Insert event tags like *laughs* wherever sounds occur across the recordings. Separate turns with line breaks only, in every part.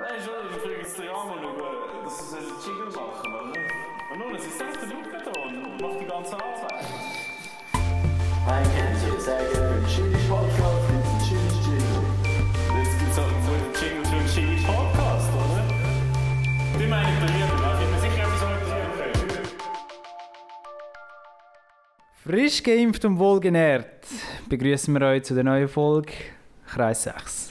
Nein, schon, ich bringe jetzt den Rahmen über. Das ist ein Jingle machen, oder? Und nun, es ist selbst der Luke da und macht die ganze Arbeit.
Ein Kenntnis, sehr gerne. Schönes Podcast mit einem schönen Jingle.
Jetzt gibt es halt so einen Jingle für einen Jingle Podcast, oder? Die meine ich bei mir, da wird mir sicher etwas anderes einfallen.
Frisch geimpft und wohlgenährt begrüßen wir euch zu der neuen Folge Kreis 6.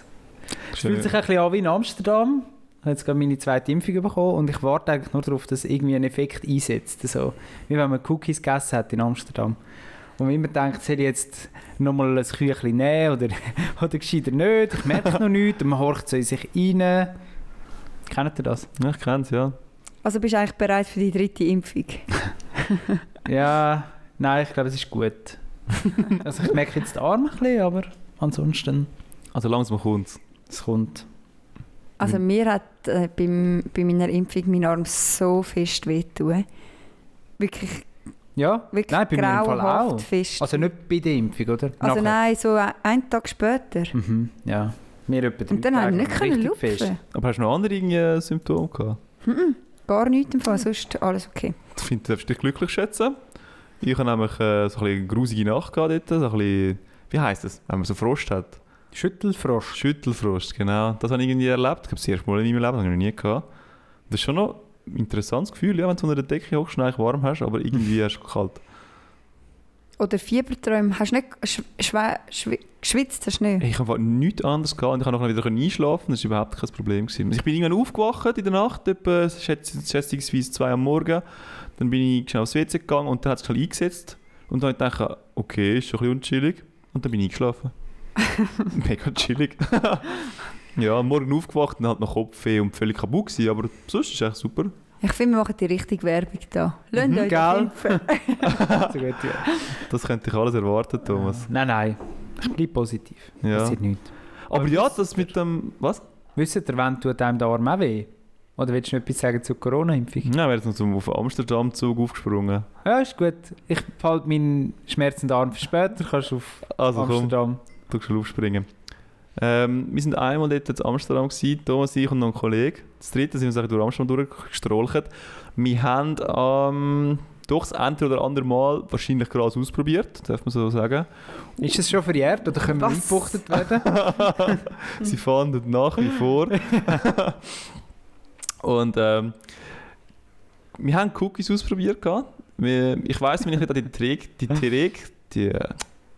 Es fühlt sich ein bisschen an wie in Amsterdam. Ich habe jetzt gerade meine zweite Impfung bekommen und ich warte eigentlich nur darauf, dass irgendwie ein Effekt einsetzt. So, wie wenn man Cookies gegessen hat in Amsterdam. Und wenn man denkt, soll ich jetzt nochmal ein Küchlein nehmen oder, *laughs* oder gescheiter nicht, ich merke noch nichts und man horcht so in sich rein. Kennt ihr das?
Ja, ich kenn's, ja.
Also bist du eigentlich bereit für die dritte Impfung?
Ja, nein, ich glaube, es ist gut. *laughs* also ich merke jetzt die Arme ein bisschen, aber ansonsten,
Also langsam kommt's.
es kommt.
Also
Mhm.
mir hat äh, beim, bei meiner Impfung mein Arm so fest wehtun. Wirklich,
Ja,
wirklich
nein, bei mir im Fall
grauenhaft
auch.
fest.
Also nicht bei der Impfung, oder?
Also
Nachher.
nein, so ein- einen Tag später.
Mhm, ja. Mir etwa drei
Und dann haben wir
Tage
nicht können
richtig fest.
lupfen.
Aber hast du noch andere irgendwie äh, Symptome gehabt?
Mhm. Gar nichts im Fall, sonst alles okay.
Ich finde, du darfst dich glücklich schätzen. Ich habe nämlich äh, so ein bisschen grusige Nacht gehabt dort, so ein bisschen, wie heisst das, wenn man so Frost hat?
Schüttelfrosch.
Schüttelfrost, genau. Das habe ich irgendwie erlebt. Ich habe das erste Mal in meinem Leben, das habe ich noch nie gehabt. Das ist schon noch ein interessantes Gefühl, ja, wenn du unter der Decke hochst und eigentlich warm hast, aber irgendwie *laughs* hast du kalt.
Oder Fieberträume, hast du nicht sch schwe schwi geschwitzt? Hast du nicht?
Ich habe nichts anderes gehabt und ich konnte nachher wieder einschlafen, das war überhaupt kein Problem. Gewesen. Ich bin irgendwann aufgewacht in der Nacht, etwa schätz- schätzungsweise zwei am Morgen. Dann bin ich schnell aufs WC gegangen und dann hat es schnell eingesetzt. Und dann habe ich gedacht, okay, ist schon ein bisschen unchillig. Und dann bin ich *laughs* eingeschlafen. Mega chillig. *laughs* ja, am Morgen aufgewacht und halt noch Kopfweh und völlig kaputt gewesen, aber sonst ist es echt super.
Ich finde, wir machen die richtige Werbung da. Lasst
Mhm,
euch
gell?
doch impfen.
*laughs*
*laughs*
so gut, ja.
Das könnte ich alles erwarten, Thomas.
Nein, nein. Ich bleibe positiv.
Ja.
Passiert nichts.
Aber ja, das mit dem... Was?
Wisst ihr, wenn tut einem der Arm auch weh? Oder willst du noch etwas sagen zur Corona-Impfung?
Nein, wäre jetzt noch zum auf den Amsterdam-Zug aufgesprungen.
Ja, ist gut. Ich behalte meinen schmerzenden Arm für später. Kannst du auf
Also komm.
Amsterdam.
Du kannst aufspringen. Ähm, wir sind einmal dort in Amsterdam, gewesen, Thomas, ich und noch ein Kollege. Das dritte sind wir so durch Amsterdam durchgestrolcht. Wir haben ähm, doch das eine oder andere Mal wahrscheinlich Gras ausprobiert, darf man so sagen.
Ist es schon verjährt oder können wir
Was?
eingebuchtet werden?
*laughs* Sie fahndet nach wie vor. und ähm, wir haben Cookies ausprobiert. gehabt. Wir, ich weiß, wenn ich da die Träg, die Träg, die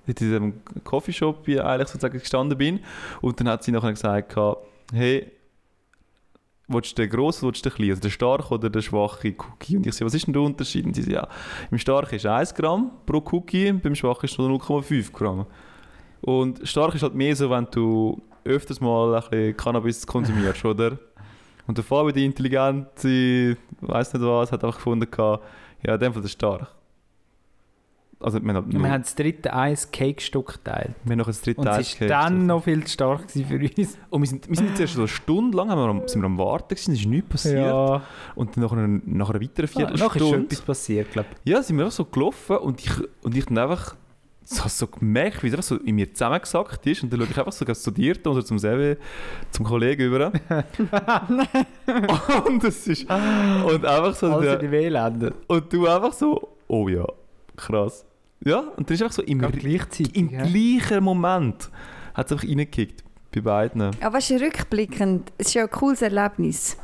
in diesem Coffeeshop hier eigentlich sozusagen gestanden bin und dann hat sie nachher gesagt gehabt, hey willst du den grossen, willst du den kleinen, also den starken oder den schwachen Cookie und ich so, was ist denn der Unterschied? Und sie so, ja, im starken ist 1 Gramm pro Cookie, beim schwachen ist nur 0,5 Gramm und stark ist halt mehr so, wenn du öfters mal ein bisschen Cannabis konsumierst, oder? Und der Fabi, die intelligente, weiß nicht was, hat einfach gefunden, gehabt, ja, in dem Fall der stark. Also, wir haben, halt nur,
wir haben das dritte Eis Cake-Stück geteilt.
wir haben noch ein
Und
drittes
es
Eis
war dann noch viel zu stark gewesen für uns.
Und wir sind, wir sind jetzt erst so eine Stunde lang haben wir am, sind wir am Warten gewesen, es ist nichts passiert.
*laughs* Ja.
Und dann nach einer, nach einer weiteren
Ah, nachher ist schon
Viertelstunde.
etwas passiert, glaube
Ja, sind wir einfach so gelaufen und ich, und ich dann einfach so, hab so gemerkt, wie es einfach so in mir zusammengesackt ist. Und dann schaue ich einfach so ganz zu dir da oder zum Sevi, zum Kollegen
*laughs*
über. und es ist. Und einfach
ich.
so.
Also
der-
die WLAN.
und du einfach so, oh ja, krass. Ja, und dann ist einfach so im,
Gerade gleichzeitig.
im
ja.
gleichen Moment hat es einfach reingekickt. Bei beiden.
Aber weißt du, rückblickend, es ist ja ein cooles Erlebnis.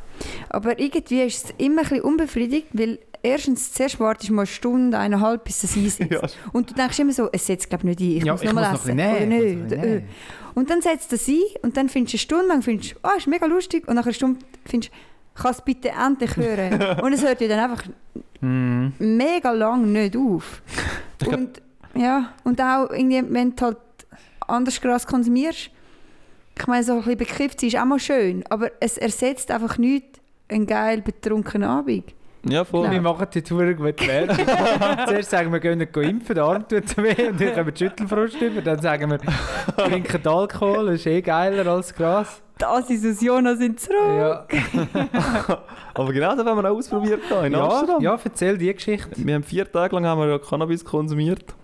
Aber irgendwie ist es immer ein bisschen unbefriedigt, weil erstens, zuerst wartest du mal eine Stunde, eineinhalb, bis es einsetzt.
Ja.
Und du denkst immer so, es setzt glaube ich nicht ein, ich
ja,
muss
ich
noch
muss
mal
noch
essen.
ein bisschen
oder
nehmen, ich
nicht.
muss noch ein bisschen
äh.
nehmen.
Und dann setzt es ein und dann findest du eine Stunde lang, findest du, ah, ist mega lustig. Und nach einer Stunde findest du, kann es bitte endlich hören.
*laughs*
und es hört ja dann einfach
Mhm.
mega lang nicht auf.
Ich glaub-
Und, ja, und auch, irgendwie, wenn du halt anders Gras konsumierst, ich meine, so ein bisschen bekifft sein ist auch mal schön, aber es ersetzt einfach nicht einen geil betrunkenen Abend.
Ja, voll.
Wir machen die Tour gut Werbung. *laughs* Zuerst sagen wir, gehen nicht impfen, der Arm tut weh und dann kommen die Schüttelfrost über. Dann sagen wir, trinken Alkohol, das ist eh geiler als Gras.
Das ist aus Jonas sind zurück.
Ja,
Aber genau das haben wir auch ausprobiert da in
ja,
Amsterdam.
ja erzähl die Geschichte.
Wir haben vier Tage lang haben wir ja Cannabis konsumiert.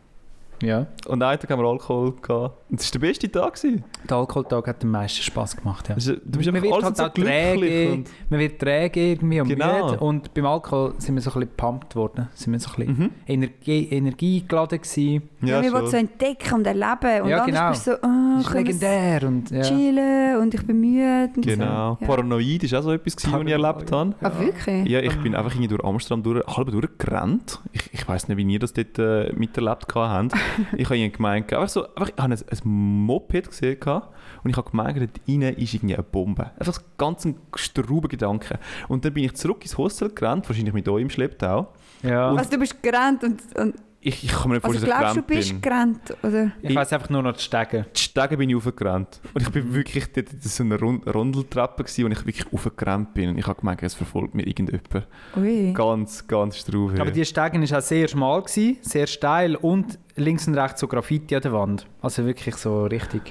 Ja.
Und einen Tag haben wir Alkohol gehabt. Und das war der beste Tag. gewesen.
Der Alkoholtag hat am meisten Spass gemacht, ja.
Das ist- Du bist
Man
einfach
wird
alles
halt
so
auch träge.
glücklich. Und,
Man wird träge irgendwie und
Genau.
müde. Und beim Alkohol sind wir so ein bisschen gepumpt worden. Sind wir so ein bisschen
mhm.
Energie, energiegeladen gewesen.
Ja,
Ja,
wir
schon.
wollen so entdecken und erleben. Und
Ja,
anders
genau.
bist du so,
Das
oh,
ist
können wir
legendär und ja.
chillen und ich bin müde. Und
Genau.
So. Ja.
Paranoid ist auch so etwas, gewesen, was ich erlebt habe.
Ah, wirklich?
Ja, ich bin einfach irgendwie durch Amsterdam durch, halb durchgerannt. Ich, ich weiß nicht, wie ihr das dort äh, miterlebt
*laughs*
habt. Ich habe irgendwie gemeint, einfach so, einfach, ich habe ein, ein Moped gesehen gehabt und ich habe gemerkt, dort innen ist irgendwie eine Bombe. Einfach so ganz ein strauber Gedanke. Und dann bin ich zurück ins Hostel gerannt, wahrscheinlich mit euch im Schlepptau.
ja.
Also du bist gerannt und, und
Ich, ich kann mir nicht
also
vorstellen,
glaubst du,
dass ich
bist
gerannt bin.
gerannt, oder?
ich weiss einfach nur noch die Stege.
Die Stege bin ich hochgerannt. Und ich bin wirklich dort in so einer Rund Rondeltreppe gewesen, wo ich wirklich hochgerannt bin. Und ich habe gemerkt, es verfolgt mir irgendjemand.
Ui.
Ganz, ganz strauber.
Aber die Stege war auch sehr schmal, gewesen, sehr steil und links und rechts so Graffiti an der Wand. Also wirklich so richtig.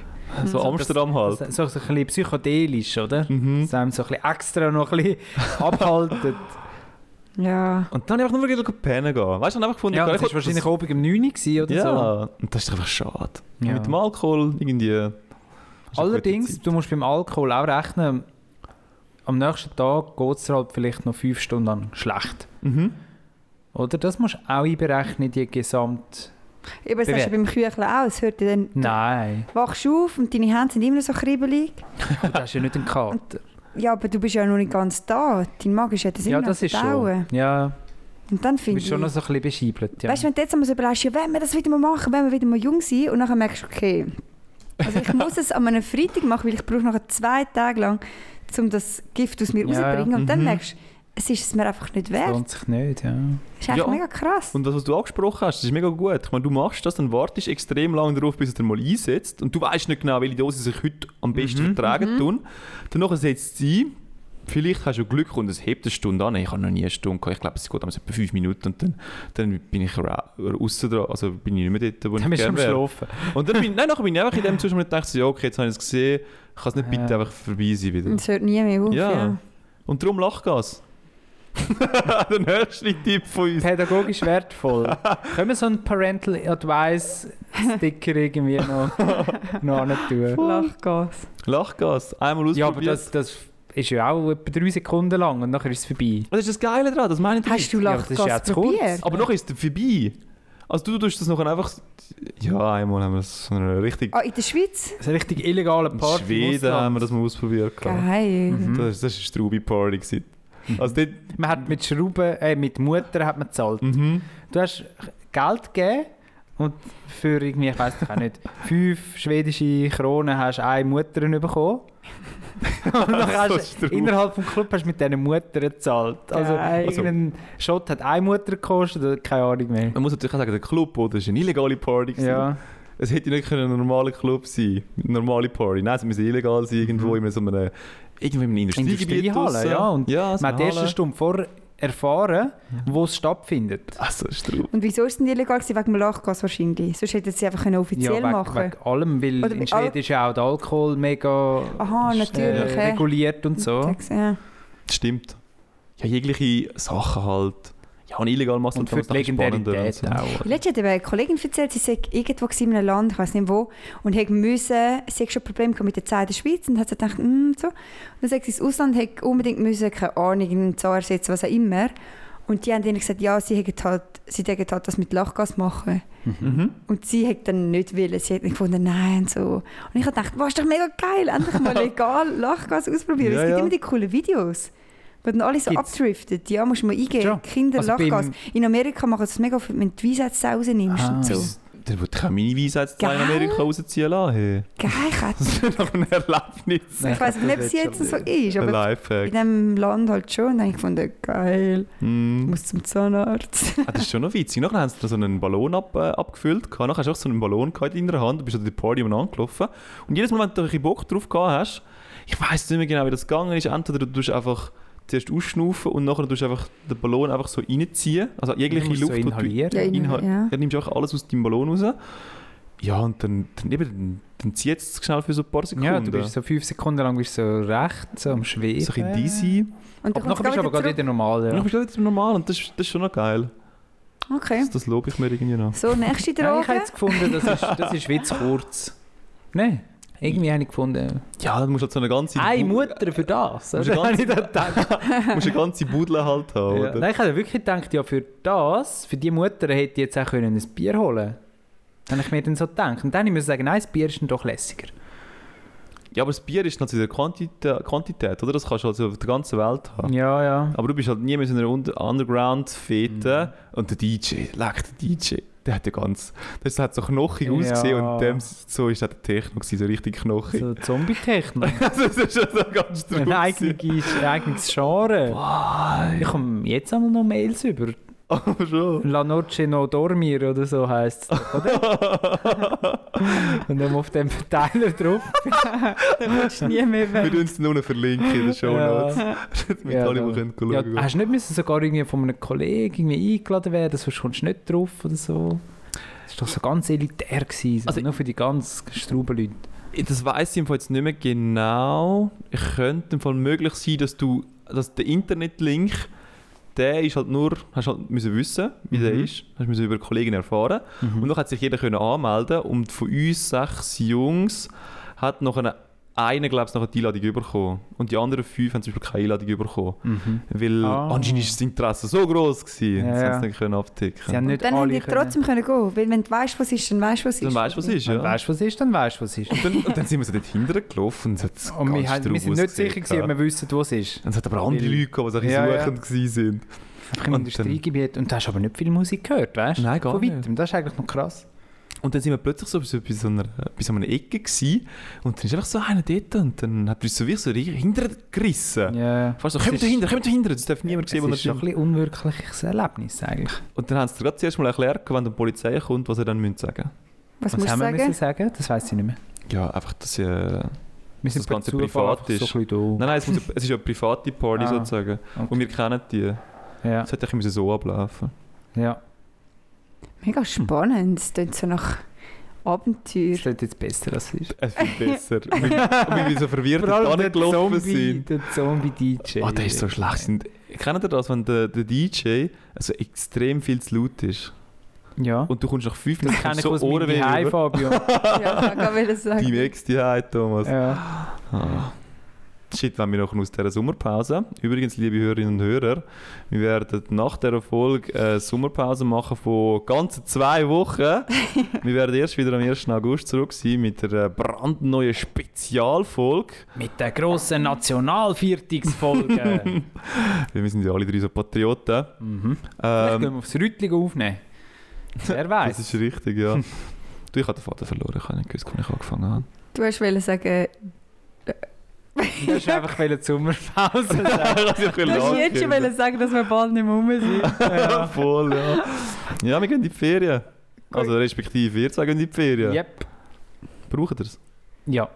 so
*laughs* so
Amsterdam halt.
So, so ein bisschen psychedelisch, oder?
Mhm.
Das einem so ein bisschen extra noch ein
*laughs*
bisschen abhaltet.
Ja.
Und dann habe ich einfach nur wieder pennen gehen. Weißt du, ich habe einfach gefunden,
ja,
ich
das war
wollte
wahrscheinlich oben um 9 Uhr gewesen oder
ja,
so.
und das ist einfach schade.
Ja.
Mit dem Alkohol irgendwie. hast du eine
Allerdings,
gute
du musst beim Alkohol auch rechnen, am nächsten Tag geht es dir halt vielleicht noch 5 Stunden lang schlecht.
Zeit. Mhm.
Oder? Das musst du auch einberechnen, die Gesamt...
Eben, das hast
Bewerten.
du beim Küchlein auch. Es hört dir dann...
Nein,
Du wachst auf und deine Hände sind immer noch so kribbelig.
*laughs* du hast ja nicht einen Kater.
Ja, aber du bist ja noch nicht ganz da. Dein Magen hat das
ja,
immer noch
das ist
verdauen.
schon. Ja,
Und dann
du
finde
bist
ich...
schon noch so ein bisschen bescheibelt. Ja.
Weißt du, wenn du jetzt einmal so überlegst, ja, wenn wir das wieder mal machen, wenn wir wieder mal jung sind, und dann merkst du, okay, also ich muss es an einem Freitag machen, weil ich brauche nachher zwei Tage lang, um das Gift aus
Ja,
mir rauszubringen. Und dann
Mhm.
merkst du, es ist es mir einfach nicht
das
wert.
lohnt sich nicht, ja.
Das ist eigentlich
Ja.
mega krass.
Und das, was du angesprochen hast, das ist mega gut. Ich meine, du machst das, dann wartest extrem lange darauf, bis es dir mal einsetzt. Und du weißt nicht genau, welche Dosis sich heute am besten
Mhm.
vertragen tun. Danach setzt sie ein. Vielleicht hast du Glück und es hebt eine Stunde an. Ich habe noch nie eine Stunde gehabt. Ich glaube, es geht damals etwa fünf Minuten und dann, dann bin ich außen dran. Also bin ich nicht mehr dort, wo
Dann
ich
bist du am
gerne wäre.
Schlafen.
Und dann bin, nein, nachher bin ich einfach in dem Zustand und dachte, so, ja, okay, jetzt habe ich es gesehen, kann es nicht bitte
Ja.
einfach vorbei sein wieder.
Und es hört nie mehr auf.
Ja.
Ja.
Und darum Lachgas. *laughs* Der nächste Tipp von uns.
Pädagogisch wertvoll. *laughs* Können wir so einen Parental Advice Sticker irgendwie noch, noch an *laughs* tun?
Lachgas.
Lachgas, einmal ausprobiert.
Ja, aber das, das ist ja auch etwa drei Sekunden lang und nachher ist es vorbei.
das ist das Geile daran, das meine ich
Hast du
Ja, aber das ist
Lachgas
ja zu kurz.
probiert?
Aber noch ist es vorbei. Also du tust das noch einfach... Ja, einmal haben wir es so eine richtig...
Ah, in der Schweiz?
Das ist eine richtig illegale
In
Party. im
Schweden
Ausland.
haben wir das mal ausprobiert. gehabt.
Geil.
Mhm.
Das, das ist eine Strubi-Party. gewesen. Also dort...
Man hat mit Schrauben, äh, mit Mutter hat man gezahlt.
Mhm.
Du hast Geld gegeben und für irgendwie, ich weiß auch
*laughs*
nicht, fünf schwedische Kronen hast du eine Mutter
*laughs*
bekommen. und dann
So
hast du
strub.
innerhalb des Clubs hast du mit diesen Mutter gezahlt. Also
Geil.
irgendein Shot hat eine Mutter gekostet oder keine Ahnung mehr.
Man muss natürlich auch sagen, der Club, oder? Das ist eine illegale Party. gewesen.
Ja,
Es hätte nicht können ein normaler Club sein, eine normale Party. Nein, es muss illegal sein, irgendwo
Mhm.
in so einem, irgendwo in einem Industriegebiet
Industriehalle,
draussen.
halt, ja, und
ja, so halt.
man hat
eine
erst eine
Halle.
Stunde vorher erfahren, wo es stattfindet.
Also, Straub.
Und wieso ist es denn illegal gewesen? Wegen dem Lachgas wahrscheinlich. Sonst hätten sie einfach können offiziell
ja, wegen,
machen
wegen allem, weil
Oder
in
wegen
Schweden ist ja auch der Alkohol mega
Aha,
äh,
natürlich, ja.
reguliert und so.
Ja.
Stimmt. Ja, jegliche Sachen halt. Ja, und illegal macht
Und für die Legendarität auch.
Letztens hat eben eine Kollegin erzählt, sie sei irgendwo gewesen in einem Land, ich weiß nicht wo, und hat müssen, sie hat schon Probleme gehabt mit der Zeit in der Schweiz und hat so gedacht, mm, so. Und dann sagt sie, ins Ausland hat unbedingt müssen, keine Ahnung, einen Zahn ersetzen, was auch immer. Und die haben ihnen gesagt, ja, sie hätten halt, sie hätten halt das mit Lachgas machen.
Mhm.
Und sie hat dann nicht willen, sie hat dann gefunden, nein, und so. Und ich habe gedacht, was ist doch mega geil, endlich
*laughs*
mal legal Lachgas ausprobieren.
Ja,
es gibt
ja.
immer die coolen Videos. Wo dann alle so
Gibt's?
abdriftet. Ja, musst du mal eingeben.
Ja.
Kinder
Also
Lachgas.
beim-
In Amerika machen sie das mega viel, wenn du die Weisheitszähne rausnimmst
Ah.
und so.
Das- Da würde ich auch meine Weisheitszahlen in
Gell?
Amerika rausziehen lassen. Hey. *laughs*
Geil,
*laughs*
Katze.
Das ist doch ein Erlebnis.
Ich weiß nicht, ob es jetzt so ist,
Ein
aber in
Lifehack.
diesem Land halt schon. Und dann habe ich gefunden, geil, ich
Mm.
muss zum Zahnarzt.
Ah, das ist schon noch witzig. Nachher haben sie da so einen Ballon ab, äh, abgefüllt. gehabt. Nachher hast du auch so einen Ballon gehabt in deiner Hand. Du bist an der Party um angelaufen. Und jedes Mal, wenn du ein bisschen Bock drauf gehabt hast, ich weiß nicht mehr genau, wie das gegangen ist. Entweder du tust einfach zuerst ausschnaufen und nachher tust du einfach den Ballon einfach so reinziehen. Also jegliche
Musst
Luft,
so
die du
inhalieren.
*laughs* Ja, in-
Inhalt.
ja.
Ja, nimmst du auch alles aus deinem Ballon raus. Ja, und dann, dann, eben, dann, dann zieht es schnell für so ein paar Sekunden.
Ja, du bist so fünf Sekunden lang bist so recht, so am Schweben.
so ein bisschen dizzy.
Und
Aber nachher bist du
kommst
aber gerade
zurück.
wieder normal.
Ja.
Ja.
Dann bist du wieder normal und das, ist- das ist schon noch geil.
Okay.
Das, das lobe ich mir irgendwie noch.
So, nächste
*laughs* Nein, ich habe
Droge.
jetzt gefunden, das ist, das ist wie zu kurz. Nein, irgendwie habe ich gefunden.
Ja, du musst halt so eine ganze...
Eine
Bu-
Mutter für das.
Musst
Oder?
du ganz-
*laughs* Habe ich dann gedacht.
*laughs* musst eine ganze Budel halt haben,
Ja.
oder?
Nein, ich habe wirklich gedacht, ja, für das, für die Mutter hätte ich jetzt auch können ein Bier holen können. Habe ich mir dann so gedacht. Und dann habe ich mir sagen, nein, das Bier ist dann doch lässiger.
Ja, aber das Bier ist natürlich Quantität, Quantität, oder? Das kannst du also auf der ganzen Welt haben.
Ja, ja.
Aber du bist halt niemals in einer Unter- Underground-Fete
Mhm.
und der DJ, leck, der DJ, der hat ja ganz... Das hat so knochig
Ja.
ausgesehen und dem, so ist auch der Techno gewesen, so richtig knochig.
So Zombie-Techno.
Also, *laughs* das ist schon so ganz
Ein
drauf.
eigenes, ein eigenes Genre. Ich komme jetzt einmal noch Mails über.
Aber schon.
La Noche no Dormir oder so *laughs* heisst es. Und dann auf dem Verteiler drauf. dann kommst du nie mehr
*laughs* Wir
weg.
tun es nur noch verlinken in den Show Notes. Damit
Ja,
alle, die
ja.
können
Ja,
schauen
hast du nicht müssen sogar irgendwie von einem Kollegen irgendwie eingeladen werden, sonst kommst du nicht drauf oder so. Das war doch so ganz elitär. Gewesen, so
Also-
nur für die ganz strauben Leute.
Das weiss ich im Fall jetzt nicht mehr genau. Ich könnte im Fall möglich sein, dass du, dass der Internetlink, der ist halt nur, hast halt müssen wissen, wie der
Mhm.
ist, hast müssen über Kollegen erfahren. Und dann hat sich jeder können anmelden und von uns sechs Jungs hat noch eine einer, glaube ich, noch eine Einladung bekommen. Und die anderen fünf haben zum Beispiel keine Einladung bekommen. Weil
Ah.
anscheinend war das Interesse so groß, gewesen,
Ja,
dass
ja.
sie es nicht können abdecken
Sie haben nicht
Dann haben
alle
die trotzdem können gehen, weil wenn du weißt, was ist, dann weißt du, was ist.
Dann weißt du, was ist,
Wenn
ja.
du weißt, was ist, dann weißt du, was
*laughs*
ist.
Und dann, und dann sind wir so dort hinterher gelaufen und es hat
Und wir,
ganz
haben, wir
drauf
sind nicht
ausgesehen,
sicher, gewesen, ob
ja.
wir wissen, wo es ist.
Und es hat aber andere
Weil-
Leute gehabt, die so ein
Ja, ja.
bisschen suchend gewesen sind.
Einfach im
Und dann-
Industriegebiet. Und du hast aber nicht viel Musik gehört, weißt du?
Nein, gar
Von
nicht.
weitem. Das ist eigentlich noch krass.
Und dann sind wir plötzlich so bei so einer, bei so einer Ecke gewesen, und dann ist einfach so einer dort und dann hat er uns so wie so hintergerissen.
Ja.
Fast so,
Es
kommt
ist-
dahinter, kommt dahinter, das darf niemand sehen, wo
es ist
er
schon ein
ist.
bisschen unwirkliches Erlebnis eigentlich.
Und dann haben sie gerade zuerst mal erklärt, wenn die Polizei kommt, was er dann müssen sagen
was
Was
musst du
haben wir müssen
sagen?
sagen? Das weiß ich nicht mehr.
Ja, einfach, dass äh,
Wir sind
das
per
Ganze
Zufall
privat
einfach
ist.
So ein bisschen da.
Nein, nein, es, muss, es ist ja eine private Party
Ah,
sozusagen. Und wir kennen die.
Ja.
Das hätte ich müssen so ablaufen
ja.
Mega
Hm.
spannend. Das klingt so nach
*laughs*
Abenteuer.
Das klingt jetzt besser, als es ist.
Es ist viel *laughs* besser. Und weil wir so verwirrt und
der
gelaufen
Zombie,
sind.
der Zombie-DJ.
Oh, der ist so schlecht. Sind- Kennt ihr das, wenn der, der DJ also extrem viel zu laut ist?
Ja.
Und du kommst nach fünf
das
Minuten
kenne ich
so
aus meinem
Ohrenweh
Heim,
über. *laughs*
Fabio.
ja, ich wollte sagen.
Dein Ex, die Heim, Thomas.
ja.
Ah. Shit, wenn wir noch aus dieser Sommerpause. Übrigens, liebe Hörerinnen und Hörer, wir werden nach dieser Folge eine Sommerpause machen von ganzen zwei Wochen. wir werden erst wieder am 1. August zurück sein mit einer brandneuen Spezialfolge.
Mit der grossen Nationalviertungsfolge.
*laughs* Weil Wir sind ja alle drei so Patrioten.
mhm. Vielleicht gehen
Ähm,
wir aufs Rüttligen aufnehmen. Wer
das
weiß.
ist richtig, ja. du, ich habe den Vater verloren, ich habe nicht gewusst, wann ich angefangen habe. *laughs*
Du hast wollen sagen,
Du hast einfach wollen die
*laughs*
Sommerpause sagen.
Das ist
du hast jetzt schon wollen sagen, dass wir bald nicht mehr rum
*laughs*
sind.
ja. Voll, ja. Ja, wir gehen in die Ferien. Also respektive, ihr zwei gehen in die Ferien.
Yep.
Braucht ihr es?
Ja,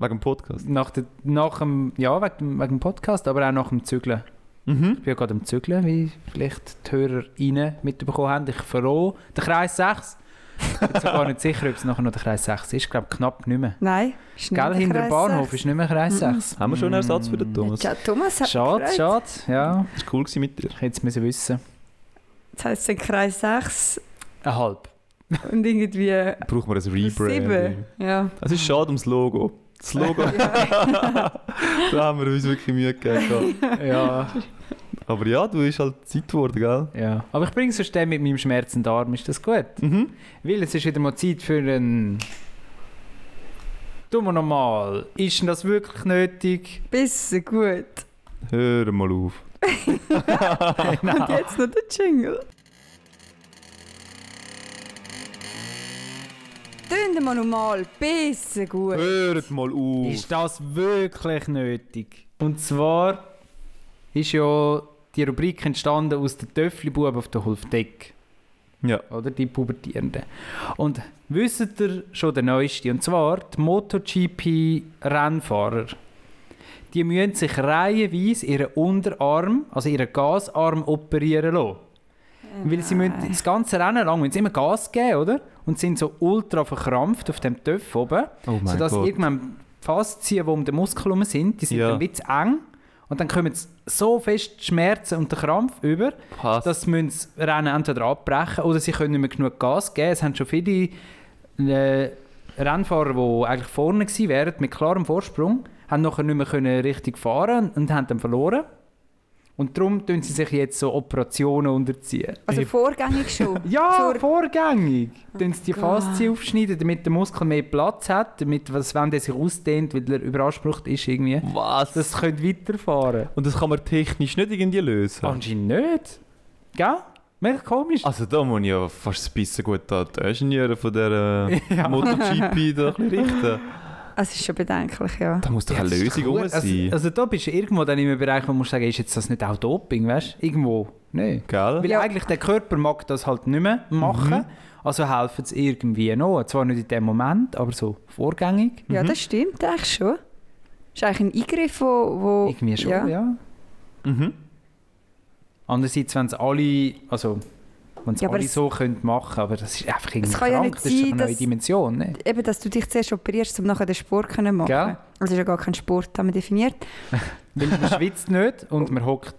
Wegen dem Podcast?
nach, der, nach dem, ja wegen, dem- wegen dem Podcast, aber auch nach dem Zügeln.
Mhm.
Ich bin ja gerade am Zügeln, wie vielleicht die HörerInnen mitbekommen haben. Ich verroh den Kreis 6. Ich bin jetzt gar nicht sicher, ob es nachher noch der Kreis 6 ist. Ich glaube knapp nicht mehr.
Nein, ist nicht
Gell,
der
hinter dem
Kreis
Bahnhof
sechs.
ist nicht mehr Kreis
Mhm.
6.
Haben wir schon einen Ersatz für den Thomas?
Mm, Ja, Thomas hat
Schade,
gefragt.
schade. Ja,
Das war cool gewesen mit dir.
ich hätte es müssen wissen
Jetzt heisst es Kreis 6
Ein halb.
und irgendwie
Brauchen wir ein Rebranding.
7. Ja.
Es ist schade ums Logo. Das
*laughs*
Logo. *laughs* da haben wir uns wirklich Mühe gegeben.
Ja.
Aber ja, du bist halt Zeit geworden, gell?
ja. Aber ich bringe sonst den mit meinem schmerzenden Arm. Ist das gut?
Mhm.
Weil es ist wieder mal Zeit für einen... Tun wir nochmal. Ist denn das wirklich nötig?
Bisschen gut.
Hör mal auf.
Genau.
Und jetzt noch der Jingle. Tönen wir nochmal. Bisschen gut.
Hört mal auf.
Ist das wirklich nötig? Und zwar ist ja die Rubrik entstanden aus den Töffli-Buben auf der Hulfdeck.
Ja.
Oder die Pubertierenden. Und wisst ihr schon den neuesten? Und zwar die MotoGP-Rennfahrer. Die müssen sich reihenweise ihren Unterarm, also ihren Gasarm, operieren lassen. Weil sie müssen das ganze Rennen lang müssen sie immer Gas geben, oder? Und sind so ultra verkrampft auf dem Töff oben
oh mein
sodass
Gott.
irgendwann die Faszien, die um den Muskel herum sind, die sind
Ja.
dann wie zu eng. Und Und dann kommen sie so fest die Schmerzen und der Krampf über,
Pass.
dass sie das Rennen entweder abbrechen oder sie können nicht mehr genug Gas geben. Es haben schon viele äh, Rennfahrer, die eigentlich vorne gewesen wären, mit klarem Vorsprung, haben nachher nicht mehr können richtig fahren und haben dann verloren. Und darum tun sie sich jetzt so Operationen unterziehen.
Also vorgängig schon.
Äh, *laughs* Ja,
Zur- Oh
vorgängig. Dann sie die
Gott.
Faszie aufschneiden, damit der Muskel mehr Platz hat, damit, was, wenn der sich ausdehnt, weil er überansprucht ist irgendwie,
Was?
das könnte weiterfahren.
und das kann man technisch nicht irgendwie lösen.
Anscheinend nicht. Gell? Mega komisch.
Also da muss ich ja fast ein bisschen gut an die Ingenieure von *laughs* der äh,
Ja.
MotoGP da ein bisschen richten.
Also ist schon bedenklich, ja.
Da muss doch
Ja,
eine
das ist
Lösung
gut.
rum sein.
Also, also da bist du irgendwo dann im Bereich, wo du musst sagen, ist jetzt das nicht auch Doping, weißt du? Irgendwo. Nein.
Gell?
Weil
Ja.
eigentlich der Körper mag das halt nicht mehr
Mhm.
machen, also helfen sie irgendwie noch. Zwar nicht in dem Moment, aber so vorgängig.
Ja, das stimmt eigentlich schon. Ist eigentlich ein Eingriff, wo... wo
Irgendwie schon, ja.
Mhm.
Andererseits, wenn es alle, also wenn es
Ja, aber
alle
es-
so können machen, aber das ist einfach irgendwie
Es kann ja
krank.
nicht
das ist doch
sein,
eine neue
dass-
Dimension. Ne?
Eben, dass du dich zuerst operierst, um nachher den Sport können machen.
Gell?
Das ist ja gar kein Sport, haben wir definiert.
Weil
*laughs*
man schwitzt nicht und man hockt.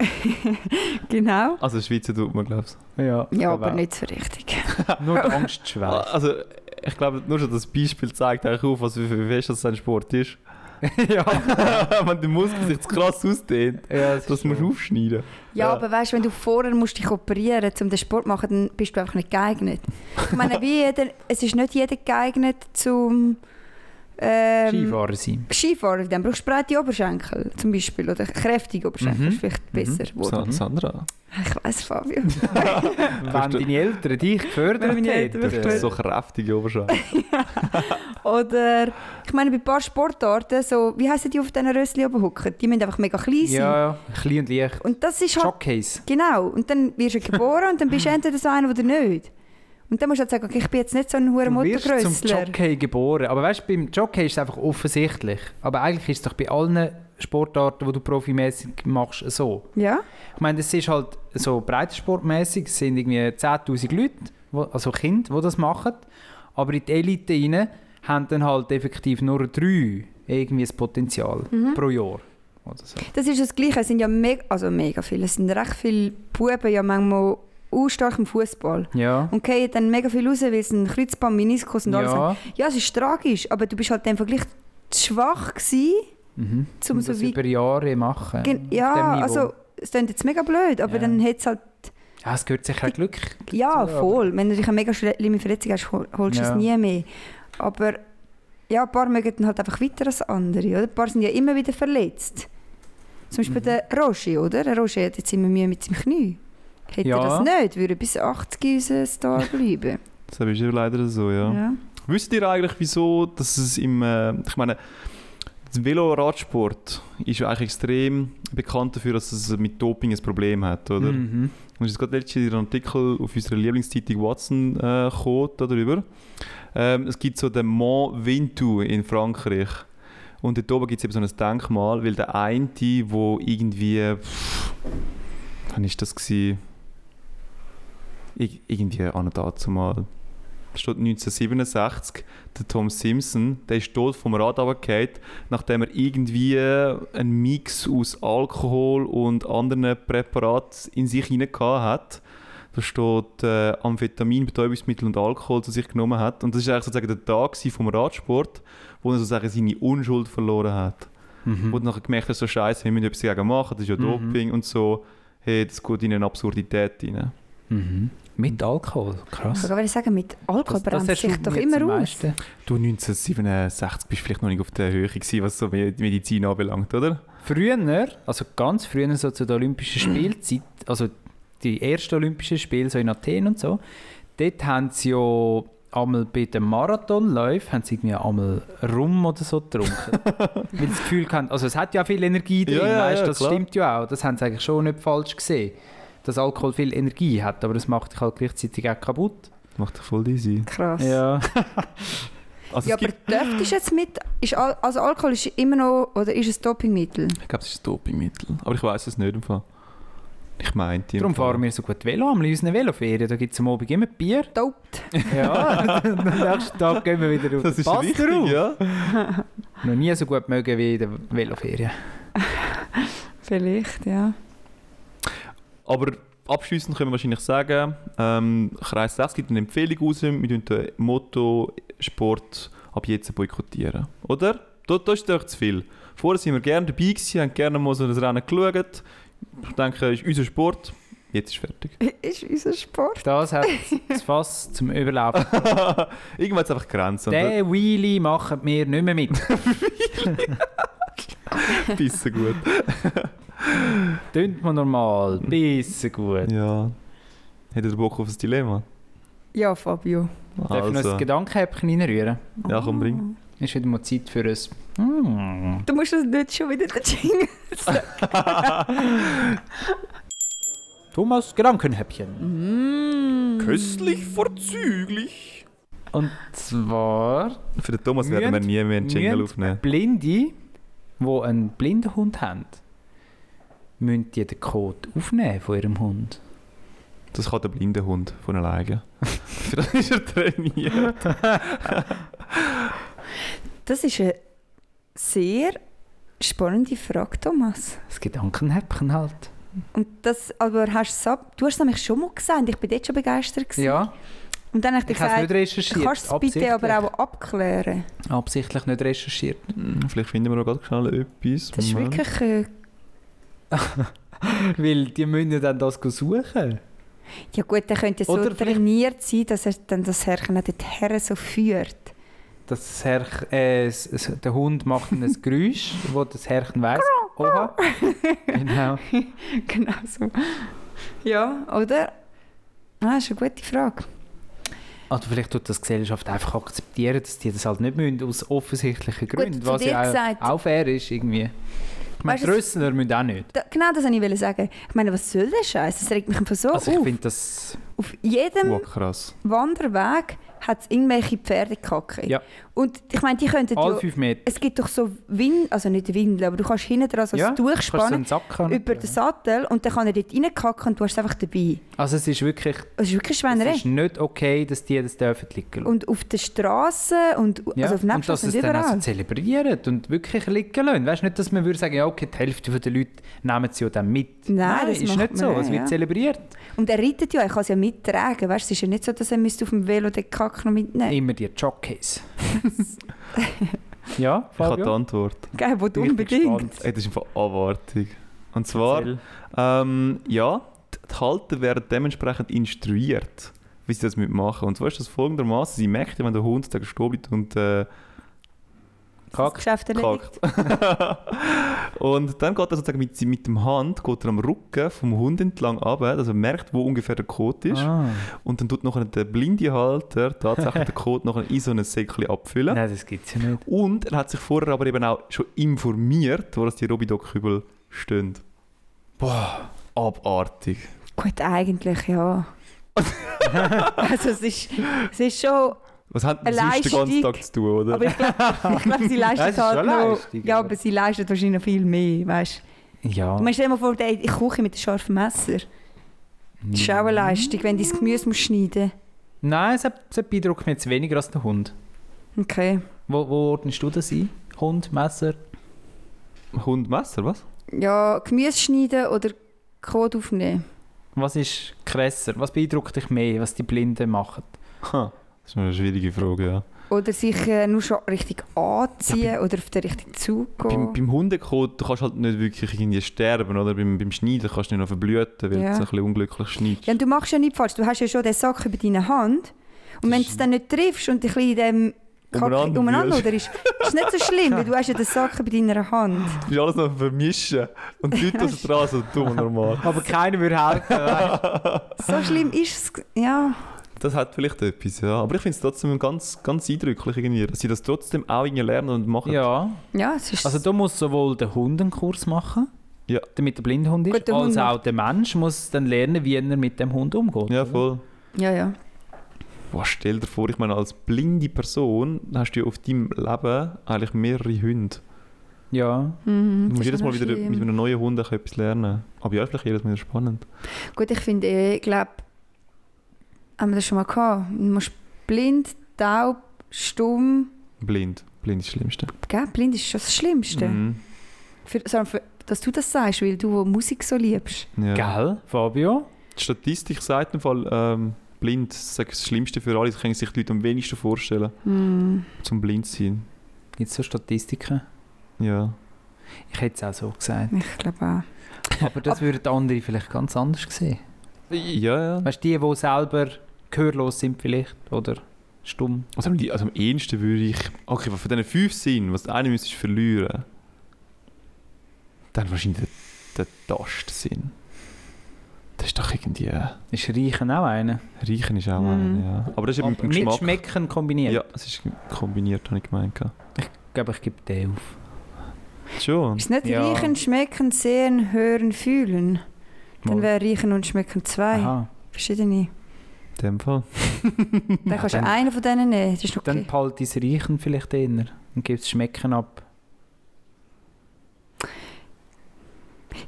Genau.
Also Schweizer tut man, glaubst
Ja,
Ja, aber nicht so richtig.
*laughs* Nur die Angst
du?
*laughs*
schwellt.
Also ich glaube, nur schon das Beispiel zeigt eigentlich auf, was, wie, wie fest das ein Sport *laughs* ist.
ja,
Wenn der Muskel sich zu krass ausdehnt,
ja,
das musst du aufschneiden.
Ja,
Ja.
aber weißt du, wenn du vorher musst dich operieren musst, um den Sport zu machen, dann bist du einfach nicht geeignet. Ich meine, wie jeder, es ist nicht jeder geeignet zum ähm,
Skifahrer sein.
Skifahren. Dann brauchst du breite Oberschenkel zum Beispiel oder kräftige Oberschenkel,
Mhm.
ist vielleicht besser geworden.
Sa- Sandra,
Ich weiß, Fabio.
Wenn deine Eltern
*laughs*
dich gefördert
Wenn meine Eltern mich
das ist
hätten.
so kräftige *laughs* Oberschenkel.
Oder ich meine, bei ein paar Sportarten, so, wie heissen die auf diesen Rösschen oben hocken? Die müssen einfach mega klein sein.
Ja, klein und leicht.
Und das ist halt
Jockeys.
Genau, und dann
*laughs*
wirst du geboren und dann bist du entweder so einer oder nicht. Und dann musst du halt sagen, okay, ich bin jetzt nicht so ein hoher
Du wirst zum
Muttergrössler.
Jockey geboren. Aber weißt du, beim Jockey ist es einfach offensichtlich. Aber eigentlich ist es doch bei allen Sportarten, die du profimäßig machst, so.
Ja,
Ich meine, es ist halt so breitensportmäßig, es sind irgendwie 10.000 Leute, wo, also Kinder, die das machen. Aber in die Elite rein haben dann halt effektiv nur drei irgendwie das Potenzial
Mhm.
pro Jahr. Oder so.
das ist das Gleiche. Es sind ja mega, also mega viele, es sind recht viele Buben ja manchmal auch stark im Fußball.
Ja.
Und gehen dann mega viel raus, weil sie einen Kreuzband, Meniskus und alles haben.
ja.
Ja, es ist tragisch, aber du bist halt dann vergleich zu schwach gewesen,
Mhm.
um
Und
so
das
wie...
über Jahre machen.
Gen-
auf dem
Ja,
Niveau.
also es klingt jetzt mega blöd, aber
Ja.
dann hat es halt...
Ja, es gehört sicher auch Glück.
Ja,
dazu, aber-
voll. Wenn du dich eine mega schlimme Verletzung hast, hol- holst du
Ja.
es nie mehr. Aber ja, ein paar mögen dann halt einfach weiter als andere. Oder? Ein paar sind ja immer wieder verletzt. Zum Beispiel
Mhm.
der Roger, oder? Der Roger hat jetzt immer Mühe mit seinem Knie. Hätte
Ja.
er das nicht, würde er bis 80 unser Star
*laughs*
bleiben.
Das ist ja leider so, ja.
ja.
Wisst ihr eigentlich, wieso, dass es im, äh, ich meine, der Veloradsport ist ja eigentlich extrem bekannt dafür, dass es mit Doping ein Problem hat, oder?
Mhm.
Und es ist gerade letztens ein Artikel auf unserer Lieblingszeitung Watson äh, gekommen, darüber. Ähm, es gibt so den Mont Ventoux in Frankreich. Und dort oben gibt es eben so ein Denkmal, weil der eine, wo irgendwie. Pff, wann ist das? Gewesen? Ir irgendwie an und dazu mal. Steht 1967, der Tom Simpson, der ist tot vom Rad runtergefallen, nachdem er irgendwie einen Mix aus Alkohol und anderen Präparaten in sich hineingehört hat. Da steht äh, Amphetamin, Betäubungsmittel und Alkohol zu sich genommen hat. Und das ist eigentlich sozusagen der Tag gewesen vom Radsport, wo er sozusagen seine Unschuld verloren hat. Wo du nachher gemerkt hast, so scheiße, wir müssen etwas dagegen machen, das ist ja
Mhm.
Doping und so. Hey, das geht in eine Absurdität rein.
Mhm. Mit Alkohol,
Ich
krass.
kann gar sagen, mit Alkohol bremst sich
erstaunt
doch
mich jetzt am
immer aus.
meisten.
Du 1967 bist vielleicht noch nicht auf der Höhe gewesen, was so Med- Medizin anbelangt, oder?
Früher, also ganz früher, so zu den Olympischen Spielzeit, also die ersten Olympischen Spiele so in Athen und so, dort haben sie ja einmal bei den Marathonläufen haben sie irgendwie einmal Rum oder so
*laughs*
getrunken. Weil sie das Gefühl hatten, also es hat ja viel Energie drin,
Ja, ja,
weißt,
ja,
das
klar.
stimmt ja auch, das haben sie eigentlich schon nicht falsch gesehen. Dass Alkohol viel Energie hat, aber das macht dich halt gleichzeitig auch kaputt.
Macht doch voll easy.
Krass.
Ja.
Also
Ja,
es
aber
gibt,
dürftest du jetzt mit... Ist, Al- also Alkohol ist immer noch... Oder ist es Dopingmittel?
ich glaube, es ist ein Dopingmittel. Aber ich weiß es nicht im Fall. Ich meinte. im
Darum
Fall.
fahren wir so gut Velo, am unseren Veloferien. Da gibt es am Abend immer Bier.
Dopt.
Ja, und *laughs* am nächsten Tag gehen wir wieder auf
Das
den
ist
Pass
richtig,
drauf.
ja.
Noch nie so gut mögen wie in der Veloferien.
Vielleicht, ja.
Aber abschließend können wir wahrscheinlich sagen, ähm, Kreis 6 gibt eine Empfehlung raus, wir boykottieren den Motorsport ab jetzt boykottieren. Oder? Das, das ist doch zu viel. Vorher sind wir gerne dabei gewesen, haben gerne mal so ein Rennen geschaut. Ich denke, ist unser Sport. Jetzt ist fertig.
*laughs*
*laughs*
Ist unser Sport.
Das hat das Fass zum *laughs* Überlaufen.
Irgendwann hat es einfach Grenzen. Und
Der Wheelie machen wir nicht mehr mit.
das Pissen gut.
Tönt man normal, bisschen *laughs* gut.
Ja. Hätte ihr Bock auf das Dilemma? Also.
Ja, Fabio.
Darf ich noch ein Gedankenhäppchen reinrühren?
ja, komm, bring.
Ist wieder mal Zeit für ein... Mm.
Oh. Du musst das nicht schon wieder den Jingle.
Thomas Gedankenhäppchen.
Köstlich vorzüglich.
Und zwar
Für den Thomas werden wir
Mühen-
nie mehr einen Jingle
müssen
aufnehmen.
Blinde, die einen blinden Hund haben, müssen die den Code aufnehmen von ihrem Hund.
Das kann der blinde Hund von alleine. *laughs* Für das ist er trainiert.
Das ist eine sehr spannende Frage, Thomas.
Das Gedankenhäppchen halt.
Und das, aber hast du es ab- du hast es nämlich schon mal gesehen. Ich bin dort schon begeistert. Gewesen.
Ja,
Und dann habe ich
ich
dir
habe es
gesagt,
nicht
du
recherchiert.
kannst es bitte aber auch abklären.
auch... Absichtlich nicht recherchiert.
Hm, Vielleicht finden wir auch gerade schnell etwas.
Das
Mhm.
ist
Moment.
wirklich... Äh,
Weil die müssen ja dann das suchen.
ja gut, der könnte so
Oder vielleicht-
trainiert sein, dass er dann das Herrchen auch dorthin so führt.
dass das Herr, äh, es, es, der Hund macht ein *laughs* Geräusch, wo das Herrchen weiß. Oha. Genau.
*laughs* genau so. Ja, oder? Ah, ist eine gute Frage.
Oder vielleicht tut das die Gesellschaft einfach akzeptieren, dass die das halt nicht müssen, aus offensichtlichen Gründen.
zu
was
dir
ja
gesagt.
auch, auch fair ist irgendwie. Ich meine,
Weißt
die
du,
Rössler müssen auch nicht.
Da, genau das wollte ich sagen. Ich meine, was soll der Scheiß? Das regt mich einfach so
Also ich
auf.
finde das...
Auf jedem
Wow, krass.
Wanderweg hat es irgendwelche Pferdekacke.
Ja.
Und ich meine, die könnten
Alle
ja...
fünf Meter.
Es gibt doch so Wind, also nicht Windeln, aber du kannst hinten dran so
Ja,
ein
kannst du so
durchspannen
einen Sack haben.
über den Sattel und dann kann er dort reinkacken und du hast es einfach dabei.
Also es ist wirklich...
Das ist wirklich Schweinerei.
Es ist nicht okay, dass die das dürfen liegen lassen.
Und auf den Straßen und
Ja,
also auf
und dass
Nebelstraßen
es
und
dann auch so
überall.
zelebrieren und wirklich liegen lassen. Weißt du nicht, dass man würde sagen, ja, okay, die Hälfte der Leute nehmen sie ja dann mit.
Nein, das
ist nicht
macht man
so.
nicht,
Es wird
ja.
zelebriert.
Und er reitet ja, er kann es ja mittragen. Weißt? du, Es ist ja nicht so, dass er müsste auf dem Velo den Kack noch mitnehmen
Immer die
*laughs*
Jockeys. ja,
Ich habe die
Fabio?
Antwort.
müsste. Geil, wo du
Ich bin
unbedingt.
gespannt.
Ey, das ist einfach abartig. Und zwar,
Erzähl.
ähm, ja, die- die Halter werden dementsprechend instruiert, wie sie das mitmachen. Und zwar ist das folgendermaßen: Sie merken, wenn der Hund da gestorben liegt und äh,
Das Geschäft erledigt.
kackt. und dann geht er sozusagen mit, mit dem Hand geht er am Rücken vom Hund entlang ab, dass er merkt, wo ungefähr der Kot ist.
Ah.
Und dann tut noch der blinde Halter tatsächlich den Kot noch in so ein Säckchen abfüllen.
Nein, das gibt es ja nicht.
Und er hat sich vorher aber eben auch schon informiert, wo das die Robidoc-Kübel stehen. Boah, abartig.
Gut,
*laughs*
eigentlich ja. also es ist, es ist schon...
Was hat
Eine
das sonst den ganzen
Leistung.
Tag zu tun, oder?
Aber ich glaube, glaub, sie
Das
leistet
ist schon
halt noch...
Leistung,
Ja,
aber-
aber sie leistet wahrscheinlich noch viel mehr, weißt du.
Ja.
Ich meine, stell dir mal vor, der ich koche mit einem scharfen Messer. Das ist auch
Mhm.
eine Leistung, wenn du das Gemüse musst schneiden
Nein, es, hat, es beeindruckt mich jetzt weniger als der Hund.
musst. Okay.
Wo, wo ordnest du das ein? Hund, Messer?
Hund, Messer, was?
Ja, Gemüse schneiden oder Code aufnehmen.
Was ist krasser? Was beeindruckt dich mehr, was die Blinden machen?
Ha, das ist eine schwierige Frage, ja.
Oder sich äh, nur schon richtig anziehen oder auf den richtigen Zug
Beim,
gehen.
beim Hundekot du kannst halt nicht wirklich irgendwie sterben, oder? Beim, beim Schneiden kannst du nicht noch verblüten, weil
Ja.
du es ein bisschen unglücklich schneidest.
Ja, und du machst ja nichts falsch. Du hast ja schon den Sack über deine Hand. Und wenn du es dann nicht triffst und dich in dem Kacke
Umeinander
umeinander
wühlst.
oder ist, ist nicht so schlimm, weil du hast ja den Sack über deiner Hand.
Du bist alles noch vermischen. Und die Leute aus der Straße, dumm normal.
Aber keiner würde
*laughs*
helfen. weißt
So schlimm ist es. Ja.
Das hat vielleicht etwas, ja. Aber ich finde es trotzdem ganz, ganz eindrücklich, irgendwie, dass sie das trotzdem auch irgendwie lernen und
du?
machen.
ja.
ja, es ist.
Also du musst sowohl den Hund einen Kurs machen,
Ja.
damit der Blindhund ist,
Gut, der
als
Hund
auch der Mensch muss dann lernen, wie er mit dem Hund umgeht.
ja voll.
ja, ja.
Boah, stell dir vor, ich meine, als blinde Person hast du ja auf deinem Leben eigentlich mehrere Hunde.
ja.
Mhm,
Du
das
musst
ist
jedes Mal
noch
wieder
schlimm.
mit einem neuen Hund auch etwas lernen. Aber ja, ist vielleicht jedes Mal wieder spannend.
Gut, ich finde, eh, ich glaube, haben wir das schon mal gehabt? Du musst blind, taub, stumm.
Blind. Blind ist das Schlimmste.
Gell? Blind ist schon das Schlimmste.
Mhm.
Für, sondern für, dass du das sagst, weil du die Musik so liebst.
Ja.
Gell, Fabio?
Die Statistik sagt im Fall, ähm, blind das ist das Schlimmste für alle, das können sich die Leute am wenigsten vorstellen,
Hm.
zum blind zu sein.
Gibt es so Statistiken?
Ja.
Ich hätte es auch so gesagt.
Ich glaube auch.
*laughs* Aber das würden andere vielleicht ganz anders sehen.
Ja, ja.
Weißt du, die, die selber gehörlos sind vielleicht oder stumm.
Also, am lie- also am ehesten würde ich. Okay, was von diesen fünf sind, was der eine müsstest verlieren, dann wahrscheinlich der, der Tastsinn. Das ist doch irgendwie.
Ist Reichen auch einer?
Reichen ist auch
Mhm.
ein, ja. Aber das ist eben mit dem
mit
Geschmack.
Schmecken kombiniert.
ja, es ist kombiniert, habe ich gemeint. gehabt.
Ich glaube, ich gebe den auf.
Schon.
Ist nicht
Ja.
riechen, schmecken, sehen, hören, fühlen? Dann
Mal.
wäre riechen und schmecken zwei
Aha. *laughs*
verschiedene.
In dem Fall.
Dann kannst du
dann-
einen von denen nehmen, das ist okay.
Dann behalte ich das Reichen vielleicht eher und gebe das Schmecken ab.